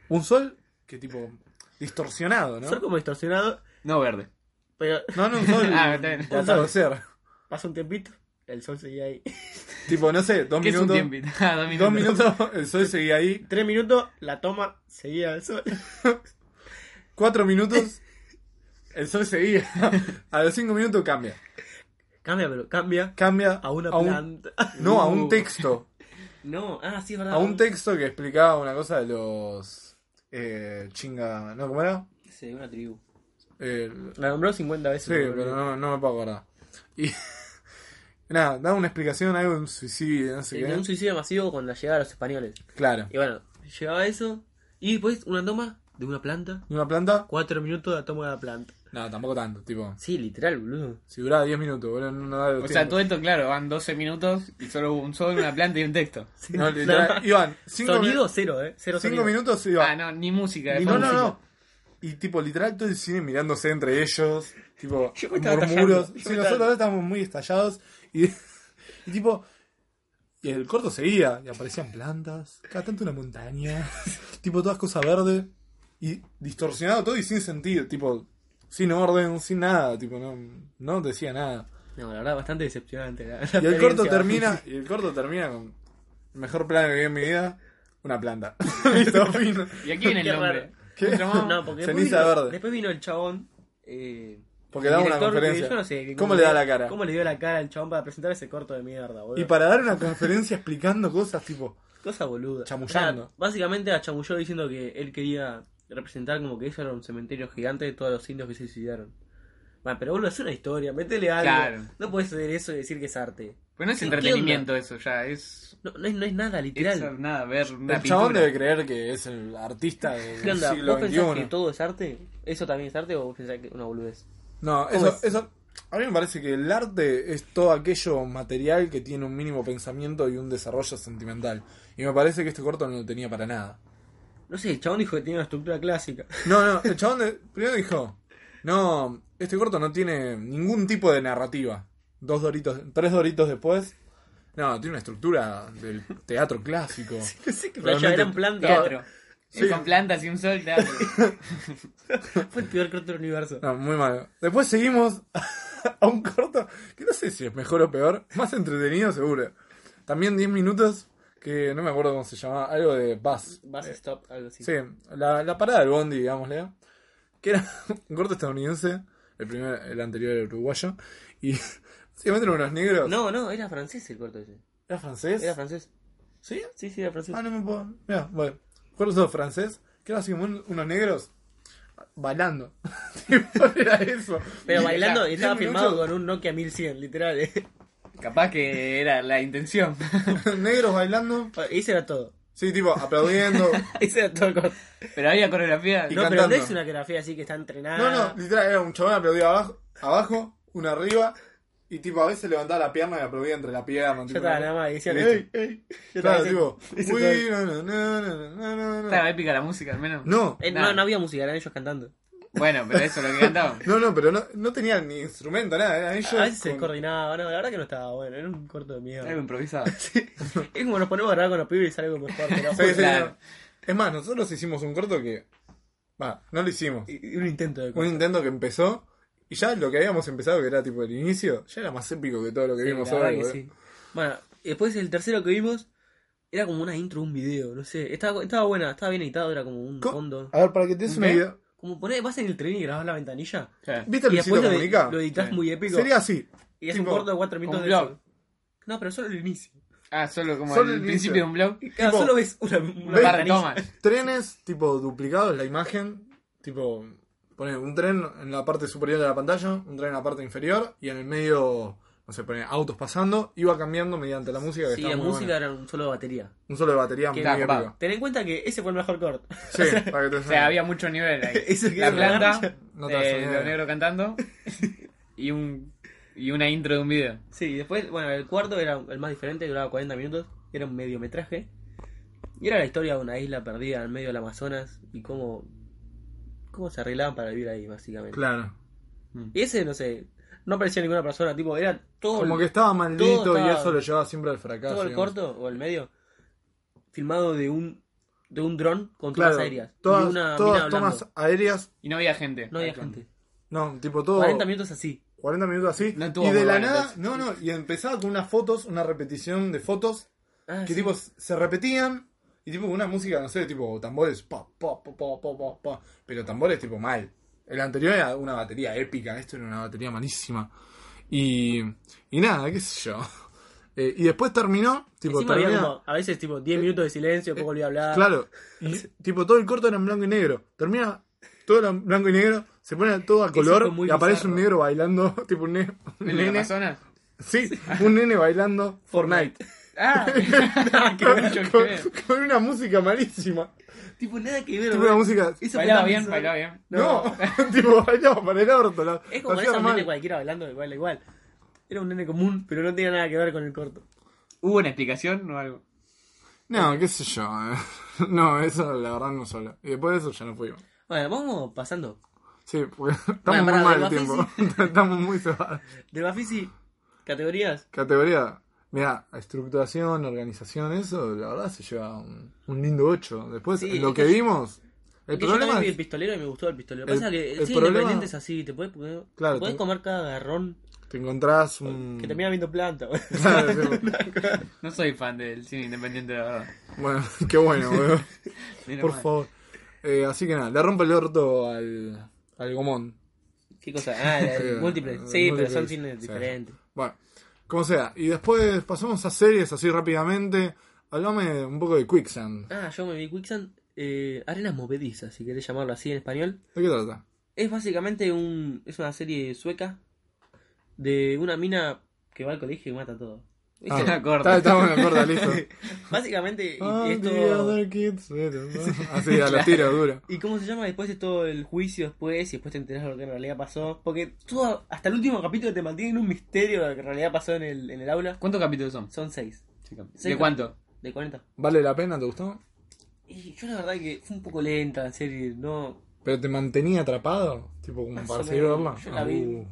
Un sol que tipo distorsionado, ¿no? Sol como distorsionado, No verde. pero No, no, un sol. Ah, está bien. un atardecer. pasa un tiempito, el sol seguía ahí. Tipo, no sé, dos ¿Qué es un minutos. tiempo? Ah, dos Dos minutos. minutos, el sol seguía ahí. Tres minutos, la toma, seguía el sol. Cuatro minutos, el sol seguía. A los cinco minutos cambia. Cambia, pero cambia Cambia a una un- planta. No, a Uh. un texto. No, ah, sí, es verdad. A un texto que explicaba una cosa de los. Eh, chinga. ¿No? ¿Cómo era? Eh, Sí, una tribu. El- La nombró 50 veces. sí, pero no, no me puedo acordar. Y. Nada, daba una explicación, algo de un suicidio, no sé Tenía un qué. suicidio masivo con la llegada de los españoles. Claro. Y bueno, llegaba eso. Y después una toma de una planta. ¿Y una planta? Cuatro minutos de la toma de la planta. No, tampoco tanto, tipo. Sí, literal, boludo. Si duraba 10 minutos, boludo, no daba los O sea, tiempos. todo esto, claro, van 12 minutos y solo hubo un sol, una planta y un texto. No, literal, Iban, 5 sonido cero, eh. Cero sonido. minutos iban. Ah, no, ni música. Ni- es No, como no, música. no. Y tipo, literal, todo el cine mirándose entre ellos. Tipo, Yo me estaba murmuros. tallando, yo Sí, me nosotros estaba- estábamos muy estallados. Y, y tipo. Y el corto seguía. Y aparecían plantas. Cada tanto una montaña. tipo, todas cosas verdes. Y distorsionado todo y sin sentido. Tipo, sin orden, sin nada. Tipo, no, no decía nada. No, la verdad, bastante decepcionante. la- la Y el corto experiencia. termina. Y el corto termina con. El mejor plano que vi en mi vida. Una planta. Listo, fin. Y aquí viene Qué el nombre. raro. ¿Qué? No, porque después Ceniza vino, verde. después vino el chabón. Eh, Porque el daba una director, conferencia. que yo no sé, que ¿Cómo le da la cara? ¿Cómo le dio la cara al chabón para presentar ese corto de mierda, boludo? Y para dar una conferencia explicando cosas tipo. Cosa boluda. Chamullando. O sea, básicamente la chamulló diciendo que él quería representar como que eso era un cementerio gigante de todos los indios que se suicidaron. Bueno, pero boludo, es una historia, métele algo. Claro. No puedes hacer eso y decir que es arte. Pues no es Sí, entretenimiento eso, ya es. No, no es, no es nada, es literal. nada, ver una el chabón pintura. debe creer que es el artista del ¿Qué onda? siglo ¿Vos pensás que XXI. todo es arte? ¿Eso también es arte o vos pensás que es una boludez? No, ¿Cómo eso, es? eso. A mí me parece que el arte es todo aquello material que tiene un mínimo pensamiento y un desarrollo sentimental. Y me parece que este corto no lo tenía para nada. No sé, el chabón dijo que tenía una estructura clásica. No, no, el chabón de- primero dijo: No, este corto no tiene ningún tipo de narrativa. Dos doritos, tres doritos después. No, tiene una estructura del teatro clásico. No sé Realmente- qué playa era en plan Teatro. Sí. Eh, Con plantas y un sol, teatro. Fue el peor corto del universo. No, muy malo. Después seguimos a un corto que no sé si es mejor o peor, más entretenido seguro. También 10 minutos que no me acuerdo cómo se llamaba, algo de bus. Vas Eh, stop, algo así. sí, la, la parada del bondi, digámosle. Que era un corto estadounidense, el primer el anterior era uruguayo. Y básicamente eran unos negros. No, no, era francés el corto ese. ¿Era francés? Era francés. ¿Sí? Sí, sí, era francés. Ah, no me puedo. Mira, bueno. Corto francés, que era así como un- unos negros bailando. Tipo, era eso. Pero Y- bailando, diez estaba filmado minutos- con un Nokia 1100, literal. eh. Capaz que era la intención. negros bailando. Ese era todo. Sí, tipo, aplaudiendo. Ese era todo el corto. Pero había coreografía. Y No, pero cantando. no es una grafía así que está No, no, entrenada. literal, era un chabón aplaudía abajo, abajo, uno arriba, y tipo, a veces levantaba la pierna y aplaudía entre la pierna. Yo tipo, estaba ¿no? nada más y decía, Listo. ¡ey, ey! Yo Claro, estaba tipo, diciendo- "Uy, no, no, no, no, no, no, no". Estaba épica la música, al menos. No, Eh, no, Nada. no había música, eran ellos cantando. Bueno, pero eso es lo que cantaban. no, no, pero no, no tenía ni instrumento, nada, eran ellos. A veces se con- coordinaban, no, la verdad que no estaba bueno, era un corto de mierda. Algo improvisado. Es como nos ponemos a grabar con los pibes y sale algo mejor, pero Sí, sí, Claro. no. Es más, nosotros hicimos un corto que. Va, no lo hicimos. Y- y un intento de Un corto. intento que empezó, y ya lo que habíamos empezado, que era tipo el inicio, ya era más épico que todo lo que Sí, vimos eh. la verdad ahora. boludo. que sí. Bueno, y después el tercero que vimos era como una intro de un video, no sé, estaba, estaba buena, estaba bien editado, era como un Co- fondo. A ver, para que te des una ¿Ve? idea. Como poner, vas en el tren y grabás la ventanilla. Claro. ¿Viste y Luisito después lo, Comunica? lo editas Sí. muy épico. Sería así. y es tipo, un corto de 4 minutos un de blog. eso. No, pero solo el inicio. Ah, solo como Solo el el inicio. principio de un blog. Claro, Tipo, solo ves una, una ¿ves? Para ventanilla. tomas. Trenes, tipo, duplicados la imagen. Tipo, poner un tren en la parte superior de la pantalla, un tren en la parte inferior y en el medio, no sé, poner autos pasando. Iba cambiando mediante la música que Sí, estaba la muy música buena. era un solo de batería. Un solo de batería muy Está copado. épico. Ten en cuenta que ese fue el mejor corte. Sí, para que te O sea, había mucho nivel ahí. Eso que La es planta, No te vas a eh, olvidar. lo negro cantando, y un y una intro de un video. Sí, y después, bueno, el cuarto era el más diferente, duraba 40 minutos, era un mediometraje. Y era la historia de una isla perdida en medio del Amazonas y cómo, cómo se arreglaban para vivir ahí, básicamente. Claro. Y ese, no sé, no aparecía ninguna persona, tipo, era todo, Como el, que estaba maldito todo y estaba- eso lo llevaba siempre al fracaso. todo el digamos. corto o el medio filmado de un de un dron con Claro, tomas aéreas. y todas, una todas mina hablando. tomas aéreas. Y no había gente. No había Actuando. gente. No, tipo todo. 40 minutos así. 40 minutos así. No estuvo y de muy la bueno, nada, entonces. no, no, y empezaba con unas fotos, una repetición de fotos Ah, que sí. tipo se repetían y tipo una música, no sé, tipo tambores, pa, pa, pa, pa, pa, pa, pa, pero tambores tipo mal. El anterior era una batería épica, esto era una batería malísima. Y, y nada, qué sé yo. Eh, y después terminó, tipo, Encima había termina- como, Ah. a veces tipo 10 minutos de silencio, poco volví a hablar. eh, Claro. Y tipo, todo el corto era en blanco y negro. Termina todo era en blanco y negro, se pone todo a color fue muy y aparece bizarro. un negro bailando, tipo un, ne- un ¿En la nene. Amazonas? Sí, un nene bailando Fortnite. Ah, qué mucho que con, ver. con una música malísima. Tipo nada que ver. Tipo boludo. una música. Eso fue Bailaba tan bien, bizarro. bailaba bien. No, tipo bailaba para el orto. la- Es como la esa hacía nene mal. cualquiera bailando, igual, igual. Era un nene común, pero no tenía nada que ver con el corto. ¿Hubo una explicación o algo? No, qué sé yo. eh. No, eso la verdad no solo. Y después de eso ya no fuimos. Bueno, vamos pasando. Sí, porque estamos Bueno, muy pará, mal de de tiempo. estamos muy cebados. De Bafisi, categorías. Categoría. Mira, estructuración, organización, eso, la verdad se lleva un, un lindo 8. Después, Sí, lo es que que- vimos, el Es que yo problema también vi el es, pistolero y me gustó el pistolero. el- Pasa que el, el cine problema- independiente es así, te puedes, Claro, te puedes te- comer cada garrón te encontrás un... que termina viendo planta. boludo. Claro, tipo, No soy fan del cine independiente, la verdad. bueno, qué bueno, boludo. Menos por mal. favor. Eh, así que nada, le rompe el orto al, al gomón. ¿Qué cosa? Ah, la- Sí, múltiples. eh, Sí, pero son múltiples, cines sí. diferentes. Bueno, como sea. Y después pasamos a series así rápidamente. Hablame un poco de Quicksand. Ah, yo me vi Quicksand. Eh, Arenas movedizas, si querés llamarlo así en español. ¿De qué trata? Es básicamente un, es una serie sueca de una mina que va al colegio y mata todo. ¿Viste? Ah, corta. Está, está Ah, bueno, corta, listo. Básicamente, y, All es the todo- other kids, ¿no? Así, a los tiros, duro. ¿Y cómo se llama? Después es todo el juicio después y después te enteras de lo que en realidad pasó. Porque todo, hasta el último capítulo te mantienen un misterio de lo que en realidad pasó en el, en el aula. ¿Cuántos capítulos son? Son seis, ¿De cuánto? de 40. ¿Vale la pena? ¿Te gustó? Y yo la verdad que fue un poco lenta la serie, no... ¿Pero te mantenía atrapado? Tipo, como Más para o seguir menos, verla. Uh. yo la vi.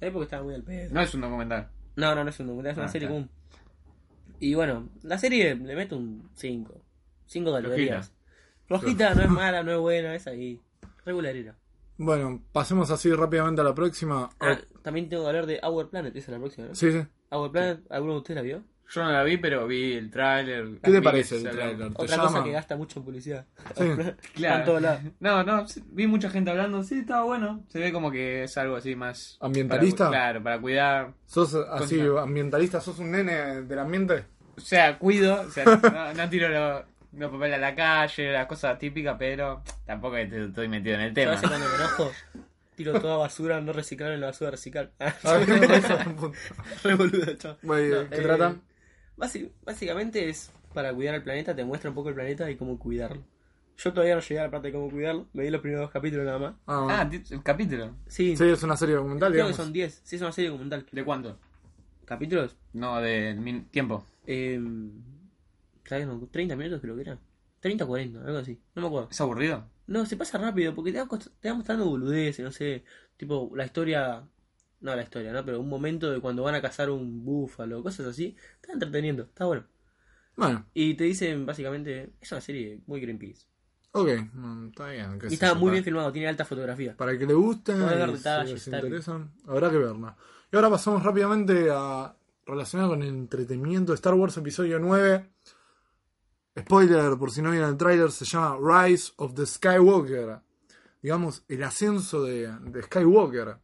Es porque estaba muy al pedo. No es un documental. No, no, no es un documental, es una Ah, serie claro. común. Y bueno, la serie le meto un 5. 5 calorías. Rojita no es mala, no es buena, es ahí. Regularera. Bueno, pasemos así rápidamente a la próxima. Oh, Ah, también tengo que hablar de Our Planet, esa es la próxima, ¿no? Sí, sí. Our Planet, ¿alguno de ustedes la vio? Yo no la vi, pero vi el tráiler. ¿Qué te las parece el memes, trailer? ¿Te Otra llama? cosa que gasta mucho en publicidad. Sí. Está en todos lados. No, no, sí, vi mucha gente hablando, sí, estaba bueno. Se ve como que es algo así más... ¿Ambientalista? para cu- claro, para cuidar. ¿Sos así Continúa. ambientalista? ¿Sos un nene del ambiente? O sea, cuido, o sea, no, no tiro lo- los papeles a la calle, las cosas típicas, pero tampoco que te- estoy metido en el Yo a tema. veces cuando me enojo, tiro toda basura, no reciclar en la basura, reciclar. Ah, eso. Re boludo, chao. Bueno, No, ¿Qué eh, trata? basi- básicamente es para cuidar el planeta, te muestra un poco el planeta y cómo cuidarlo. Yo todavía no llegué a la parte de cómo cuidarlo, me di los primeros dos capítulos nada más. Ah, bueno. Ah, ti- el capítulo. Sí, sí, es una serie documental, eh, creo que digamos. son 10, sí es una serie documental. ¿De cuánto? ¿Capítulos? No, de min- tiempo. Eh, ¿Sabes? no? 30 minutos creo que era. 30 o 40, algo así, no me acuerdo. ¿Es aburrido? No, se pasa rápido porque te va, cost- te va mostrando boludeces, no sé, tipo la historia, no la historia, ¿no? Pero un momento de cuando van a cazar un búfalo, cosas así, está entreteniendo, está bueno. Bueno, Y te dicen básicamente, es una serie muy Greenpeace. ok. mm, está bien. qué Y sé está yo, muy para- bien filmado, tiene alta fotografía. Para que le guste, Podés ver y detalles, si les está bien. interesan, habrá que verla. Y ahora pasamos rápidamente a relacionado con el entretenimiento Star Wars Episodio 9. Spoiler, por si no vieron el tráiler, se llama Rise of the Skywalker. Digamos, el ascenso de, de Skywalker.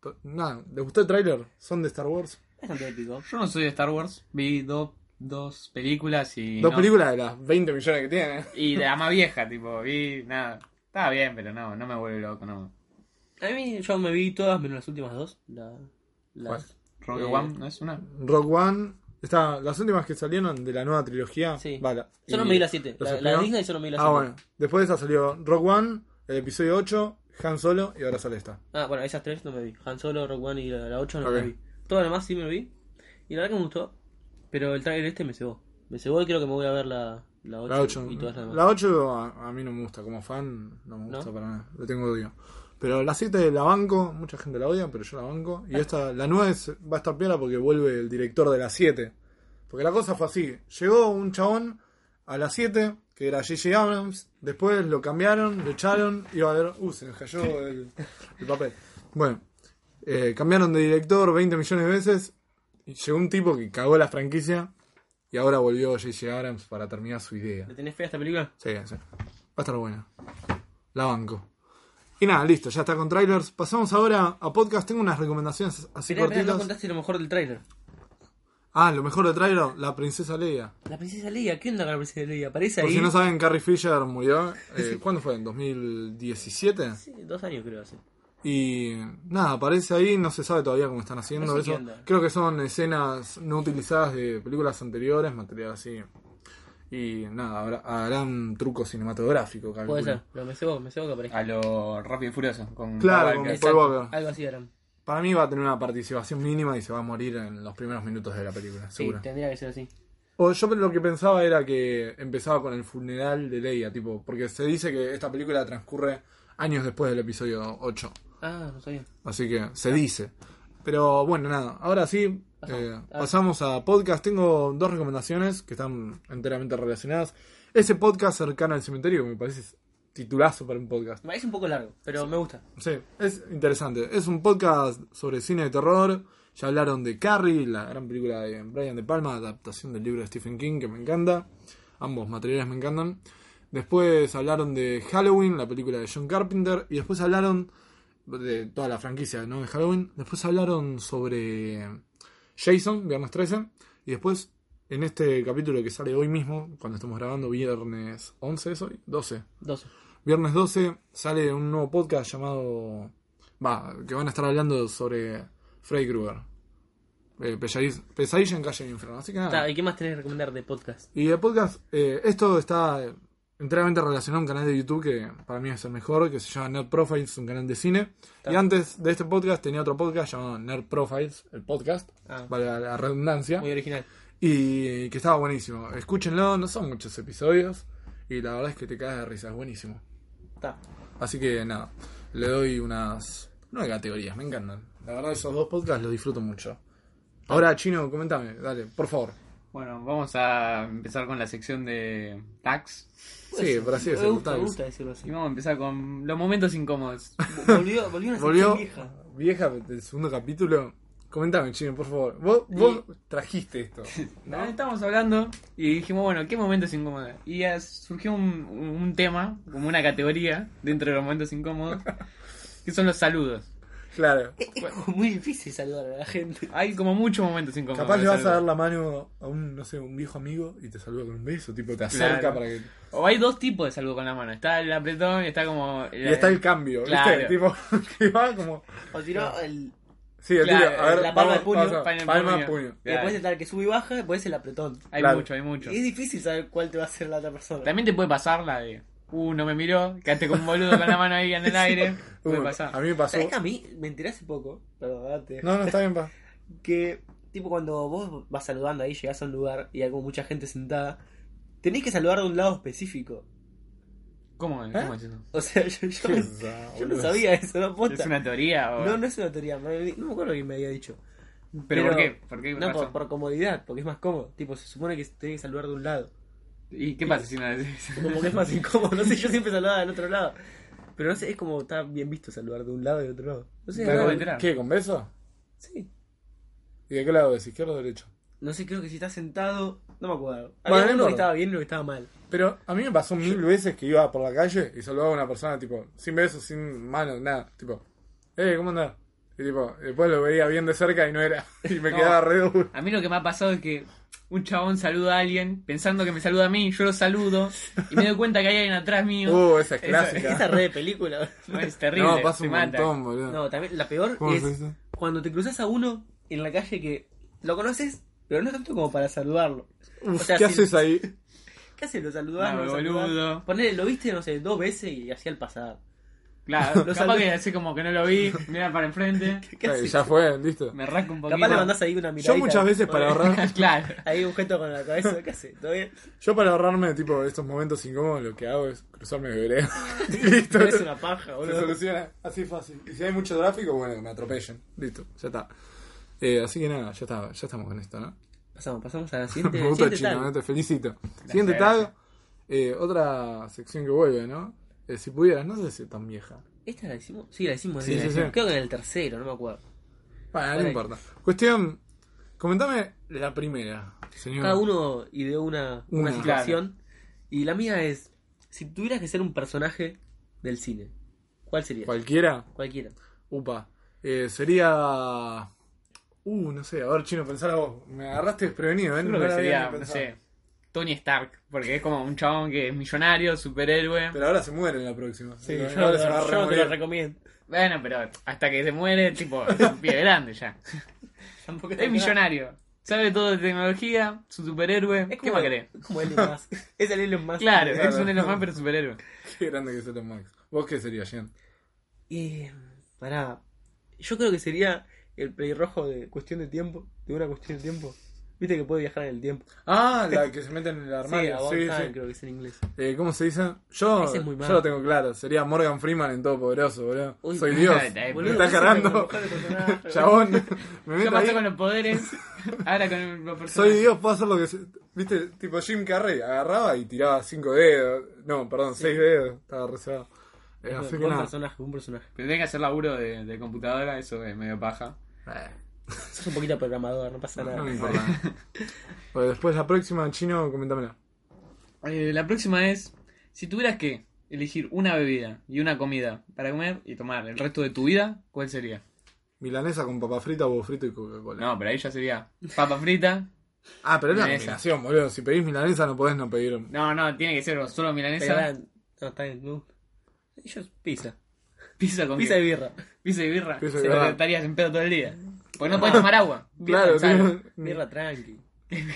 To- Nada, ¿les gustó el tráiler? ¿Son de Star Wars? Bastante épico. Yo no soy de Star Wars, vi dos dos películas y... Dos no- películas de las 20 millones que tiene. Y de la más vieja, tipo, vi nada. Estaba bien, pero no, no me vuelve loco, no. A mí yo me vi todas menos las últimas dos. La, las, Rogue Eh, One no es una. Rock One. Está, las últimas que salieron de la nueva trilogía. Sí. vale, Yo no y me vi las siete. los La, la spin-off. Disney yo no me vi las Ah, siete. bueno. Después de esa salió Rock One, el episodio 8, Han Solo y ahora sale esta. Ah, bueno, esas tres no me vi. Han Solo, Rock One y la, la 8 no Ok. me vi. Todas las demás sí me vi. Y la verdad que me gustó. Pero el trailer este me cebó. Me cebó y creo que me voy a ver la, la 8, La 8. y todas las demás. La 8 a, a mí no me gusta, como fan no me gusta ¿No? para nada, le tengo odio. Pero la 7 la banco, mucha gente la odia, pero yo la banco. Y esta, la 9 es- va a estar piola porque vuelve el director de la 7. Porque la cosa fue así, llegó un chabón a la 7, que era J.J. Abrams, después lo cambiaron, lo echaron, iba a ver, uh, se me cayó el, el papel. Bueno, eh, cambiaron de director 20 millones de veces, y llegó un tipo que cagó la franquicia, y ahora volvió J.J. Abrams para terminar su idea. ¿Le tenés fe a esta película? Sí, sí. Va a estar buena. La banco. Y nada, listo, ya está con trailers. Pasamos ahora a podcast. Tengo unas recomendaciones así Esperá, esperá, no cortitas. contaste lo mejor del trailer. ah, lo mejor de trailer, la princesa Leia. La princesa Leia, ¿qué onda con la princesa Leia? Aparece Por ahí. si no saben, Carrie Fisher murió. eh, ¿Cuándo fue? ¿En 2017? Sí, dos años creo hace. Y nada, aparece ahí, no se sabe todavía cómo están haciendo No sé eso. qué onda. Creo que son escenas no utilizadas de películas anteriores, material así. Y nada, habrá, harán truco cinematográfico. Puede calculo. ser, pero me cebó, me cebó que aparezca. A lo rápido y furioso. Con Claro, Paul Walker. con Exacto, Paul Walker. Algo así eran. Para mí va a tener una participación mínima y se va a morir en los primeros minutos de la película, Sí, seguro. tendría que ser así. o yo lo que pensaba era que empezaba con el funeral de Leia, tipo, porque se dice que esta película transcurre años después del episodio 8. Ah, no sabía. Así que se dice. Pero bueno, nada, ahora sí, eh, a ver. pasamos a podcast. Tengo dos recomendaciones que están enteramente relacionadas. Ese podcast cercano al cementerio, que me parece titulazo para un podcast. Me parece un poco largo, pero me gusta. Sí, es interesante. Es un podcast sobre cine de terror. Ya hablaron de Carrie, la gran película de Brian De Palma, adaptación del libro de Stephen King, que me encanta. Ambos materiales me encantan. Después hablaron de Halloween, la película de John Carpenter. Y después hablaron de toda la franquicia ¿no? de Halloween. Después hablaron sobre Jason, viernes 13. Y después, en este capítulo que sale hoy mismo, cuando estamos grabando, viernes 11 es hoy, 12. 12. Viernes 12 sale un nuevo podcast llamado. Va, que van a estar hablando sobre Freddy Krueger. Eh, Pesadiz- Pesadilla en Calle del Infierno. Así que nada. Ta, ¿Y qué más tenés que recomendar de podcast? Y de podcast, eh, esto está eh, enteramente relacionado a un canal de YouTube que para mí es el mejor, que se llama Nerd Profiles, un canal de cine. Y antes de este podcast tenía otro podcast llamado Nerd Profiles, el podcast, Ah. valga la redundancia. Muy original. Y que estaba buenísimo. Escúchenlo, no son muchos episodios. Y la verdad es que te caes de risa, es buenísimo. Ta. Así que nada, le doy unas nueve categorías, me encantan. La verdad, esos dos podcasts los disfruto mucho. Ahora, Chino, comentame, dale, por favor. Bueno, vamos a empezar con la sección de tags. Sí, pero así es, Pues, Me el gusta, me tags. gusta decirlo así. Y vamos a empezar con los momentos incómodos. Volvió, volvió una Volvió sección vieja. vieja del segundo capítulo. Comentame, Chino, por favor. Vos, vos trajiste esto. Ah, Estábamos hablando y dijimos, bueno, ¿qué momentos incómodos? Y ah, surgió un, un tema, como una categoría dentro de los momentos incómodos, que son los saludos. Claro. Es como muy difícil saludar a la gente. Hay como muchos momentos incómodos. Capaz de le vas a saludos. dar la mano a un, no sé, un viejo amigo y te saluda con un beso, tipo, te acerca Claro. para que. O hay dos tipos de saludo con la mano. Está el apretón y está como... Y está el cambio, Claro. ¿viste? Tipo, que va como. O si no, el. eh, Sí, el Claro, tiro, a ver, la palma de vamos, puño, vamos a- palma de palma de puño. puño. Claro. Después está el que sube y baja, después el apretón. Hay claro. mucho, hay mucho. Es difícil saber cuál te va a hacer la otra persona. También te puede pasar la de... Uh, no me miró, quedaste con un boludo con la mano ahí en el aire. Puede Uh, pasar. A mí me pasó. ¿Sabés que a mí me enteré hace poco, perdón, antes, No, no, está bien, pa. que tipo cuando vos vas saludando ahí, llegás a un lugar y hay como mucha gente sentada, tenés que saludar de un lado específico. ¿Cómo, cómo es eso? O sea, yo, yo, ¿Qué es esa, yo no boludo? sabía eso, no posta. ¿Es una teoría o...? No, no es una teoría, me- no me acuerdo quién me había dicho. ¿Pero, por qué? ¿Por qué No, pasó? por, por comodidad, porque es más cómodo. Tipo, se supone que tenés que saludar de un lado. ¿Y qué pasa si no decís? Como que es más incómodo, no sé, yo siempre saludaba del otro lado. Pero no sé, es como está bien visto saludar de un lado y del otro lado. No sé, Claro. no, acabo de enterar. ¿Qué? ¿Con beso? sí. ¿Y de qué lado? ¿Es izquierdo o derecho? No sé, creo que si está sentado, no me acuerdo. Bueno, no Había uno que importa. estaba bien y uno que estaba mal. Pero a mí me pasó mil veces que iba por la calle y saludaba a una persona, tipo, sin besos, sin manos, nada. Tipo, eh, ¿cómo andás? Y tipo, después lo veía bien de cerca y no era. Y me No. quedaba re duro. A mí lo que me ha pasado es que un chabón saluda a alguien pensando que me saluda a mí, yo lo saludo y me doy cuenta que hay alguien atrás mío. Uh, esa es Esa- clásica. Esa red de película. No, es terrible. no, pasa te un mata. montón, boludo. No, también la peor ¿Cómo se es dice? cuando te cruzas a uno en la calle que lo conoces, pero no tanto como para saludarlo. Uf, o sea, ¿Qué si- haces ahí? ¿Qué haces? Lo saludás, No, no, lo saludás. boludo. Ponele, lo viste, no sé, dos veces y hacía el pasar. Claro, capaz salvé. que así como que no lo vi, mira para enfrente, ¿Qué Eh, haces? ya fue, listo. me rasco un poquito. Capaz le mandás ahí una mirada. Yo muchas veces para ahorrar, claro. Ahí un gesto con la cabeza, ¿qué haces? ¿Todo bien? yo para ahorrarme tipo estos momentos incómodos lo que hago es cruzarme de vereda. Y listo. No es una paja, Se boludo. soluciona así fácil. Y si hay mucho tráfico, bueno, que me atropellen. Listo, ya está. Eh, así que nada, ya está, ya estamos con esto, ¿no? Pasamos, pasamos a la siguiente. Me gusta ¿eh? siguiente Chino, tag. ¿no? te felicito. Siguiente tag, eh, otra sección que vuelve, ¿no? Eh, si pudieras, no sé si es tan vieja. ¿Esta la hicimos? Sí, la hicimos. Sí, la sí, hicimos. sí. Creo que en el tercero, no me acuerdo. Bueno, Por no ahí. importa. Cuestión, comentame la primera, señor. Cada uno ideó una, una Una. situación. Y la mía es: si tuvieras que ser un personaje del cine, ¿cuál sería? Cualquiera, Cualquiera. upa. Eh, sería... Uh, no sé, a ver, Chino, pensala vos. Me agarraste desprevenido, ¿eh? Yo No creo la que había sería, ni no pensado. sé, Tony Stark, porque es como un chabón que es millonario, superhéroe. Pero ahora se muere en la próxima. Sí, yo, ahora se va a yo no te remover. lo recomiendo. Bueno, pero hasta que se muere, tipo, es un pie grande ya. Tampoco Es millonario, sabe todo de tecnología, su superhéroe. Es ¿Qué como, más querés? como Elon Musk. es el Elon Musk. Claro, claro. es un Elon Musk, pero superhéroe. Qué grande que es Elon Musk. ¿Vos qué sería, Jen? Y, pará. Yo creo que sería el pelirrojo de cuestión de tiempo. De una cuestión de tiempo. Viste que puede viajar en el tiempo. Ah, la que se mete en el armario. Sí, sí, About Time, sí. creo que es en inglés. Eh, ¿Cómo se dice? Yo, Ese es muy yo malo. lo tengo claro. Sería Morgan Freeman en Todo Poderoso, boludo. Uy, Soy Dios. Ay, Me boludo, está ese cargando. es el mejor personaje. Chabón. Me Ya meto pasó ahí. con los poderes, ahora con los personajes. Soy Dios, puedo hacer lo que... se- Viste, tipo Jim Carrey. Agarraba y tiraba cinco dedos. No, perdón, seis dedos. Estaba rezado. Eh, Bueno, así que buen nada. personaje, un personaje. Pero tenés que hacer laburo de, de computadora, eso es medio paja. Eh, Sos un poquito programador, no pasa nada. no me importa. Bueno, después la próxima, Chino, comentámela. Eh, la próxima es, si tuvieras que elegir una bebida y una comida para comer y tomar el resto de tu vida, ¿cuál sería? Milanesa con papa frita, huevo frito y Coca-Cola. No, pero ahí ya sería papa frita. Ah, pero es una Milanesa. combinación, boludo. Si pedís milanesa no podés no pedir... No, no, tiene que ser solo Te milanesa. ganan- No, está bien, no. Ellos pizza. Pizza con Pizza qué? y birra. pizza y birra. Pizza y Se birra. lo estarías en pedo todo el día. Porque no puedes tomar agua. Claro, sal. tío. Birra tranqui.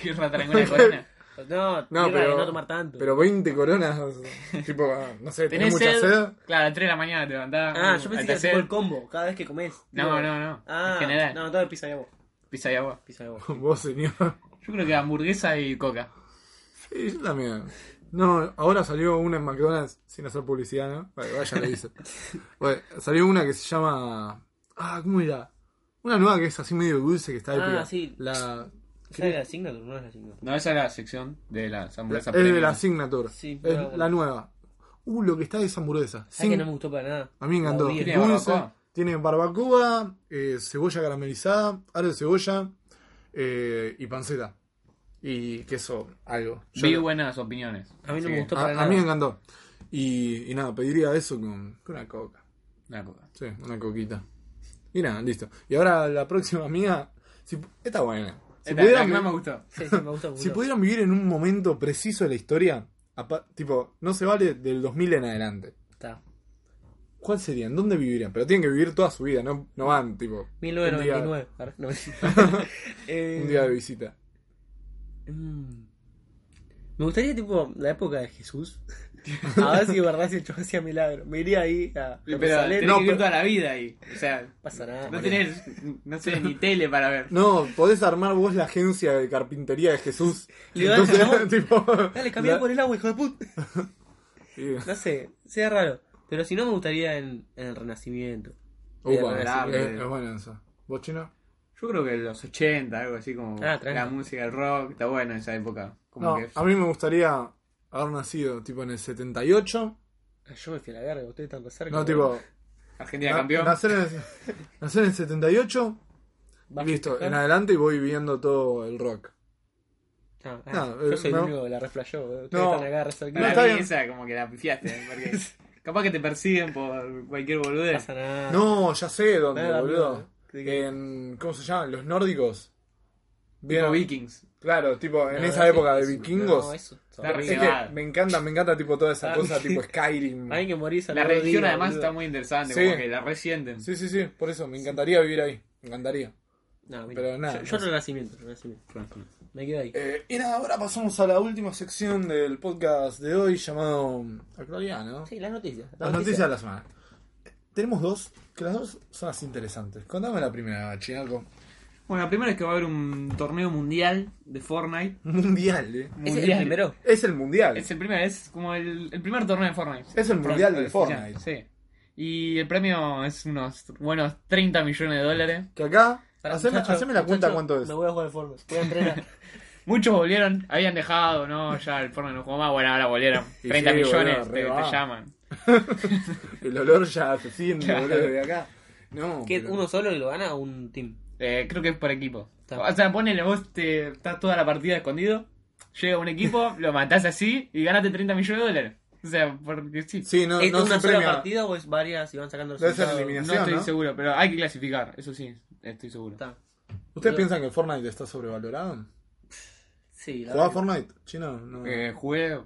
Birra tranquila de corona. No, No, birra de pero, no tomar tanto. pero 20 coronas, tipo, ah, no sé, tenés, ¿Tenés mucha sed? sed. Claro, a 3 de la mañana te levantás. ah, uh, yo pensé que alta era tipo sed. el combo, cada vez que comes. No, no, no. Ah, en general, No, todo el pizza y agua. pizza y agua. Pizza y agua. Vos, señor. Yo creo que hamburguesa y coca. Sí, yo también. No, ahora salió una en McDonald's sin hacer publicidad, ¿no? Vale, vaya, lo hice. Bueno, salió una que se llama. Ah, ¿cómo era? Una nueva que es así medio dulce que está Ah, épica. sí. La... ¿Esa es la signature? No es la signature. No, esa es la sección de las Es hamburguesas de premium. la Signature. Sí, es bueno. la nueva. Uh, lo que está es hamburguesa. ¿Sabes que Sin- no me gustó para nada? A mí me encantó. La odié. ¿Tiene Dulce, barbacoa? Tiene barbacoa, eh, cebolla caramelizada, aro de cebolla eh, y panceta. Y queso, algo. Yo- Vi buenas opiniones. A mí no así me que, gustó para a, nada. a mí me encantó. Y, y nada, pediría eso con, con una coca. una coca. Sí, una coquita. Y nada, listo. Y ahora la próxima mía. Si, está buena. Si, Esta, la pudieran, que más vi- me gustó. Sí, sí, me gusta. me si gustó. pudieran vivir en un momento preciso de la historia, apa- tipo, no se vale del 2000 en adelante. Está. ¿Cuál serían? ¿Dónde vivirían? Pero tienen que vivir toda su vida, no, no van, tipo, Un 1999. Ahora, no, día, Eh, un día de visita. Mm. Me gustaría, tipo, la época de Jesús. A ver si de verdad se chavo hacía milagro. Me iría ahí a Pero tenés Jerusalén. que No vivir toda la vida ahí. O sea, pasa nada. no Mariano. tenés, no sé, ni tele para ver. No, podés armar vos la agencia de carpintería de Jesús. Le dan jabón. tipo, Dale, cambiá la- por el agua, hijo de puta. y- No sé, sea raro. Pero si no, me gustaría en, en el Renacimiento. Upa, Era es, grave. es bueno eso. ¿Vos chino? Yo creo que los 80, algo así como Ah, tranqui. la música, el rock, está bueno esa época. Como No, que a mí me gustaría haber nacido tipo en el 78. Ah, Yo me fui a la verga, ustedes están cerca. No, tipo, Argentina na- campeón. nacer en el, nacer en el 78. ¿Vas a listo, festejar? en adelante y voy viviendo todo el rock. Ah, ah, No, yo eh, soy me- el único que la reflejó. Ustedes No. están acá re No, cerca. Para mí está bien. esa como que la pifiaste. ¿eh? Porque capaz que te persiguen por cualquier No boludez. pasa nada. No, ya sé dónde, Nada, boludo. Eh, amigo. ¿De qué? En, ¿Cómo se llaman? Los nórdicos. Tipo Vieron- Vikings. Claro, tipo, en No, esa no, época sí, de sí. vikingos. No, eso. Está re Es bien. que me encanta, me encanta tipo toda esa Ah, cosa, sí. tipo Skyrim. Hay que morirse a La rodilla, religión además boludo. está muy interesante, Sí. como que la resienten. Sí, sí, sí, por eso, me encantaría vivir ahí. Me encantaría. No, mira, pero nada, Yo, yo no sé. renacimiento, renacimiento. Me quedo ahí. Eh, y nada, ahora pasamos a la última sección del podcast de hoy llamado mm, Actualidad, ¿no? Sí, las noticias. Las noticias de la semana. Tenemos dos, que las dos son las interesantes. Contame la primera, Chiaco. Bueno, la primera es que va a haber un torneo mundial de Fortnite. Mundial, eh. ¿Ese es el Mundial. primero? Es el mundial. Es Es, el primer, es como el, el primer torneo de Fortnite. el mundial Torneo del Fortnite. Sí. Y el premio es unos buenos 30 millones de dólares. Que acá, Pará, haceme, muchacho, haceme la cuenta muchacho, cuánto es. Me voy a jugar al Fortnite. Voy a entrenar. Muchos volvieron, habían dejado, no, ya el Fortnite no jugó más, bueno, ahora volvieron. Y 30 sí, boludo, millones re te, te va. llaman. El olor ya se siente, Claro. boludo, de acá. No. ¿Qué, pero- ¿Uno solo y lo gana o un team? Eh, creo que es por equipo. Está. O sea, ponele vos, te, estás toda la partida escondido, llega un equipo, lo matás así y ganaste 30 millones de dólares. O sea, porque sí. Sí, no, ¿Es no una se sola premia. partida o es varias y van sacando los Debe ser resultados? no eliminación. estoy ¿no? seguro, pero hay que clasificar, eso sí, estoy seguro. Está. ¿Ustedes piensan que Fortnite está sobrevalorado? Sí, la ¿Jugás verdad. Fortnite? Chino, no. Eh, jugué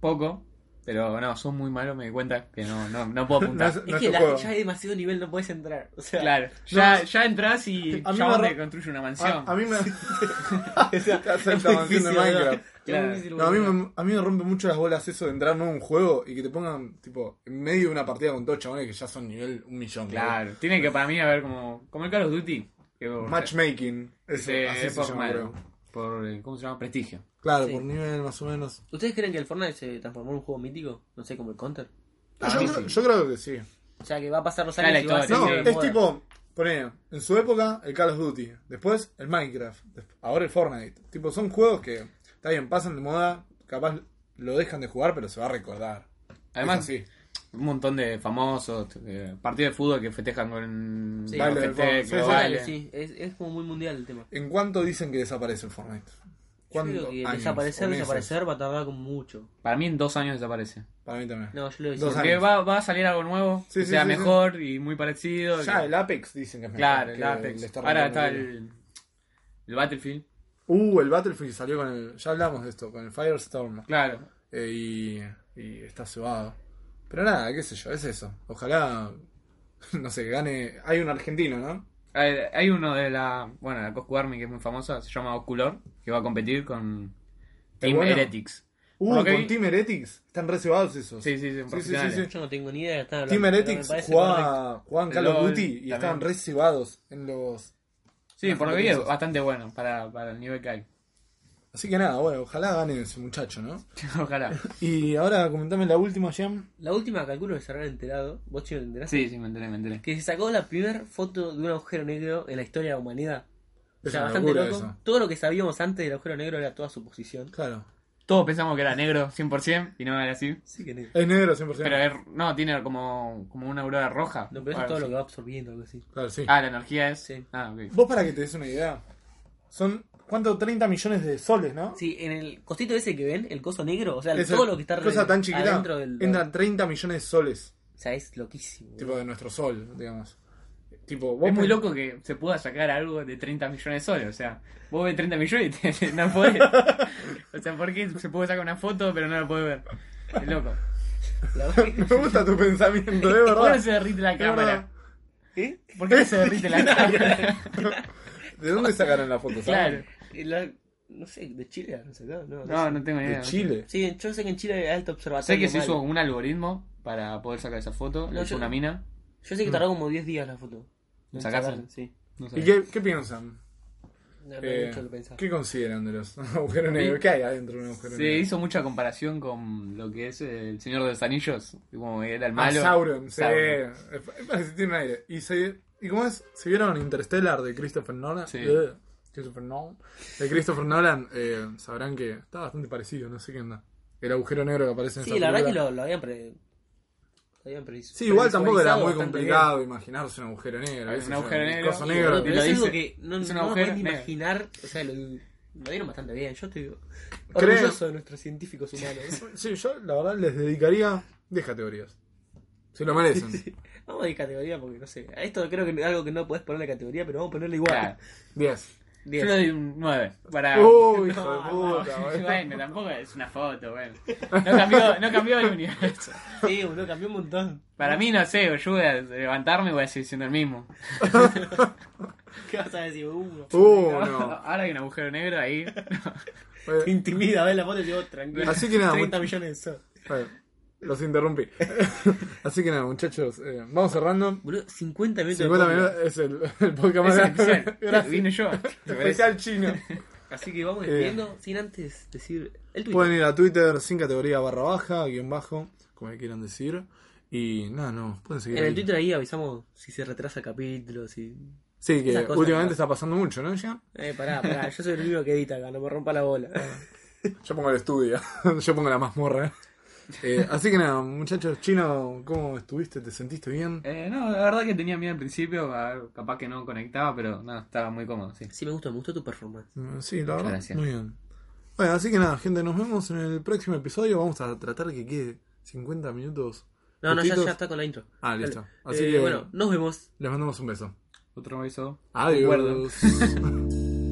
poco, pero no, son muy malo, me di cuenta que no, no, no puedo No apuntar. es, no Es es que tu la- juego. ya hay demasiado nivel, no puedes entrar. O sea, Claro, ya, ya entras y A mí ya me te ro- construye una mansión. A, a mí me. Te hace es esta muy mansión de difícil, ¿verdad? Minecraft. Es muy Claro. difícil, No, a, mí boludo. me, a mí me rompe mucho las bolas eso de entrar nuevo a un juego y que te pongan, tipo, en medio de una partida con dos chabones que ya son nivel un millón. Claro, tiene que para mí haber como, como el Call of Duty. Que, boludo. Matchmaking. Eso, Sí, así se por llama, mal. creo. por, eh, ¿cómo se llama? Prestigio. Claro, Sí. por nivel más o menos. ¿Ustedes creen que el Fortnite se transformó en un juego mítico? No sé, como el Counter. Ah, yo, sí, creo, sí. yo creo que sí. O sea, que va a pasar los Ya años la y va a ser historia, No, sí. de es moda. tipo, poné, en su época el Call of Duty, después el Minecraft, desp- ahora el Fortnite. Tipo, son juegos que, está bien, pasan de moda, capaz lo dejan de jugar, pero se va a recordar. Además, sí. un montón de famosos, eh, partidos de fútbol que festejan con Sí. con Baile de gente fútbol, sí, sí. global. Vale, sí, es, es como muy mundial el tema. ¿En cuánto dicen que desaparece el Fortnite? Yo ¿Cuánto creo que años o desaparecer, meses? desaparecer va a tardar como mucho. Para mí en dos años desaparece. Para mí también. No, yo lo Dos decía. Porque años. va, va a salir algo nuevo, Sí, que sí, sea sí, sí. mejor y muy parecido. Ya que- el Apex dicen que es mejor. claro, que el Apex. le está Ahora rompiendo está el culo. el, el Battlefield. Uh, el Battlefield salió con el... Ya hablamos de esto, con el Firestorm. Claro. Eh, y, y está cebado. Pero nada, qué sé yo, es eso. Ojalá, no sé, gane. Hay un argentino, ¿no? Hay, hay uno de la. Bueno, la Coscu Army que es muy famosa, se llama Oculor, que va a competir con Team bueno? Heretics. Uh, Por lo que con vi- Team Heretics. Están re cebados esos. Sí, sí, sí, sí, sí, profesionales. sí. Yo no tengo ni idea de estar hablando. Team pero me Heretics parece correcto. jugaba, jugaban Call of LOL, Duty y también. estaban re cebados en los. Sí, Las por lo que vi es competencias. bastante bueno para, para el nivel que hay. Así que nada, bueno, ojalá gane ese muchacho, ¿no? Ojalá. Y ahora comentame la última, Jam. La última calculo que se habrán enterado. ¿Vos chicos te enteraste? Sí, sí, me enteré, me enteré. Que se sacó la primera foto de un agujero negro en la historia de la humanidad. O Es sea, una bastante locura loco. eso. Todo lo que sabíamos antes del agujero negro era toda suposición. Claro. Todos pensamos que era negro 100% y no era así. Sí que negro. Es negro 100%. Pero es- no, tiene como, como una aurora roja. No, pero eso o es todo algo lo que así. va absorbiendo, algo así. Claro, sí. Ah, la energía es. Sí. Ah, ok. Vos para que te des una idea. Son, ¿cuánto? 30 millones de soles, ¿no? Sí, en el costito ese que ven, el coso negro, o sea, Esa todo lo que está cosa tan chiquita adentro del... entran 30 millones de soles O sea, es loquísimo. tipo de nuestro sol digamos tipo vos Es muy pen- loco que se pueda sacar algo de 30 millones de soles. O sea, vos ves 30 millones y te, no podés. O sea, ¿por qué se puede sacar una foto pero no la podés ver? Es loco. La verdad me gusta tu pensamiento de ¿Por qué no verdad se derrite la Es verdad. cámara? ¿Por qué no se derrite la cámara? de dónde sacaron la foto Claro. ¿sabes? que- la- No sé, de Chile, no sé, no, no, No, sé. no tengo de idea. Chile Sí, yo sé que en Chile hay alto Sé observatorio. que se mal. hizo un algoritmo para poder sacar esa foto. No, Lo hizo yo- una mina. Yo Mm. sé que tardó como 10 días la foto. En ¿Sacarse? sacarla, Sí. No sé. y qué, qué piensan No, no, Eh, mucho lo pensaba. qué consideran de los agujeros negros qué hay adentro de un agujero Se negro hizo mucha comparación con lo que es el Señor de los Anillos, como era el Ah, malo. Sauron, sí. Sauron. Es- es para sentir un aire. Y, se, y cómo es, ¿se vieron Interstellar de Christopher Nolan? Sí. Eh, Christopher Nolan. De Christopher Nolan, eh, sabrán que está bastante parecido, no sé qué onda. El agujero negro que aparece en Sí, esa la verdad que película. lo, lo habían pre... Lo habían previsto. Sí, igual tampoco era muy complicado imaginarse un agujero negro. Un qué sé yo, agujero negro. coso Y negro. boludo, Pero Lo es algo dice. que no, Es un no agujero podés ni negro. imaginar. O sea, lo, lo dieron bastante bien. Yo estoy Creo- orgulloso de nuestros científicos humanos. Sí, yo la verdad les dedicaría 10 categorías. Se lo merecen. vamos a ir categoría porque no sé. A esto creo que es algo que no podés ponerle categoría, pero vamos a ponerle igual. Claro. 10. Yo Bien. le doy un 9. Para... Uy, hijo No, de puta, boludo. bueno, tampoco es una foto, bueno. No cambió, no cambió el universo. Sí, boludo, cambió un montón. Para mí, no sé, yo voy a levantarme y voy a seguir siendo el mismo. ¿Qué vas a decir? Uh, Oh, Uno. Ahora hay un agujero negro ahí. Eh, Te intimida, ves la foto y digo, tranquilo. Así que nada, 30 millones de sol. A ver, eh, Los interrumpí. Así que nada, muchachos, eh, vamos cerrando. Boludo, 50 minutos. de 50 podcast. minutos es el, el podcast más Es el grande. especial. Gracias. Vine yo. Especial chino. Así que vamos despidiendo sin antes decir el tweet. Eh. Pueden ir a Twitter sin categoría barra baja, guión bajo, como le quieran decir. Y nada, no, pueden seguir. en el ahí. Twitter ahí avisamos si se retrasa capítulos. Si... Sí, que esas cosas, últimamente ¿no? está pasando mucho, ¿no? Ya, Eh, pará, pará, yo soy el único que edita acá, no me rompa la bola. yo pongo el estudio, yo pongo la mazmorra. Eh, así que nada, muchachos, chino, ¿cómo estuviste? ¿Te sentiste bien? Eh, no, la verdad que tenía miedo al principio, a ver, capaz que no conectaba, pero no, estaba muy cómodo, sí. Sí, me gustó, me gustó tu performance. Mm, Sí, la verdad. gracias. Muy bien. Bueno, así que nada, gente, nos vemos en el próximo episodio. Vamos a tratar que quede 50 minutos. No, no, ya, justitos. ya está con la intro. Ah, Dale. listo. Así Eh, que Bueno, nos vemos. les mandamos un beso. Otro aviso. Concuerdo. Adiós.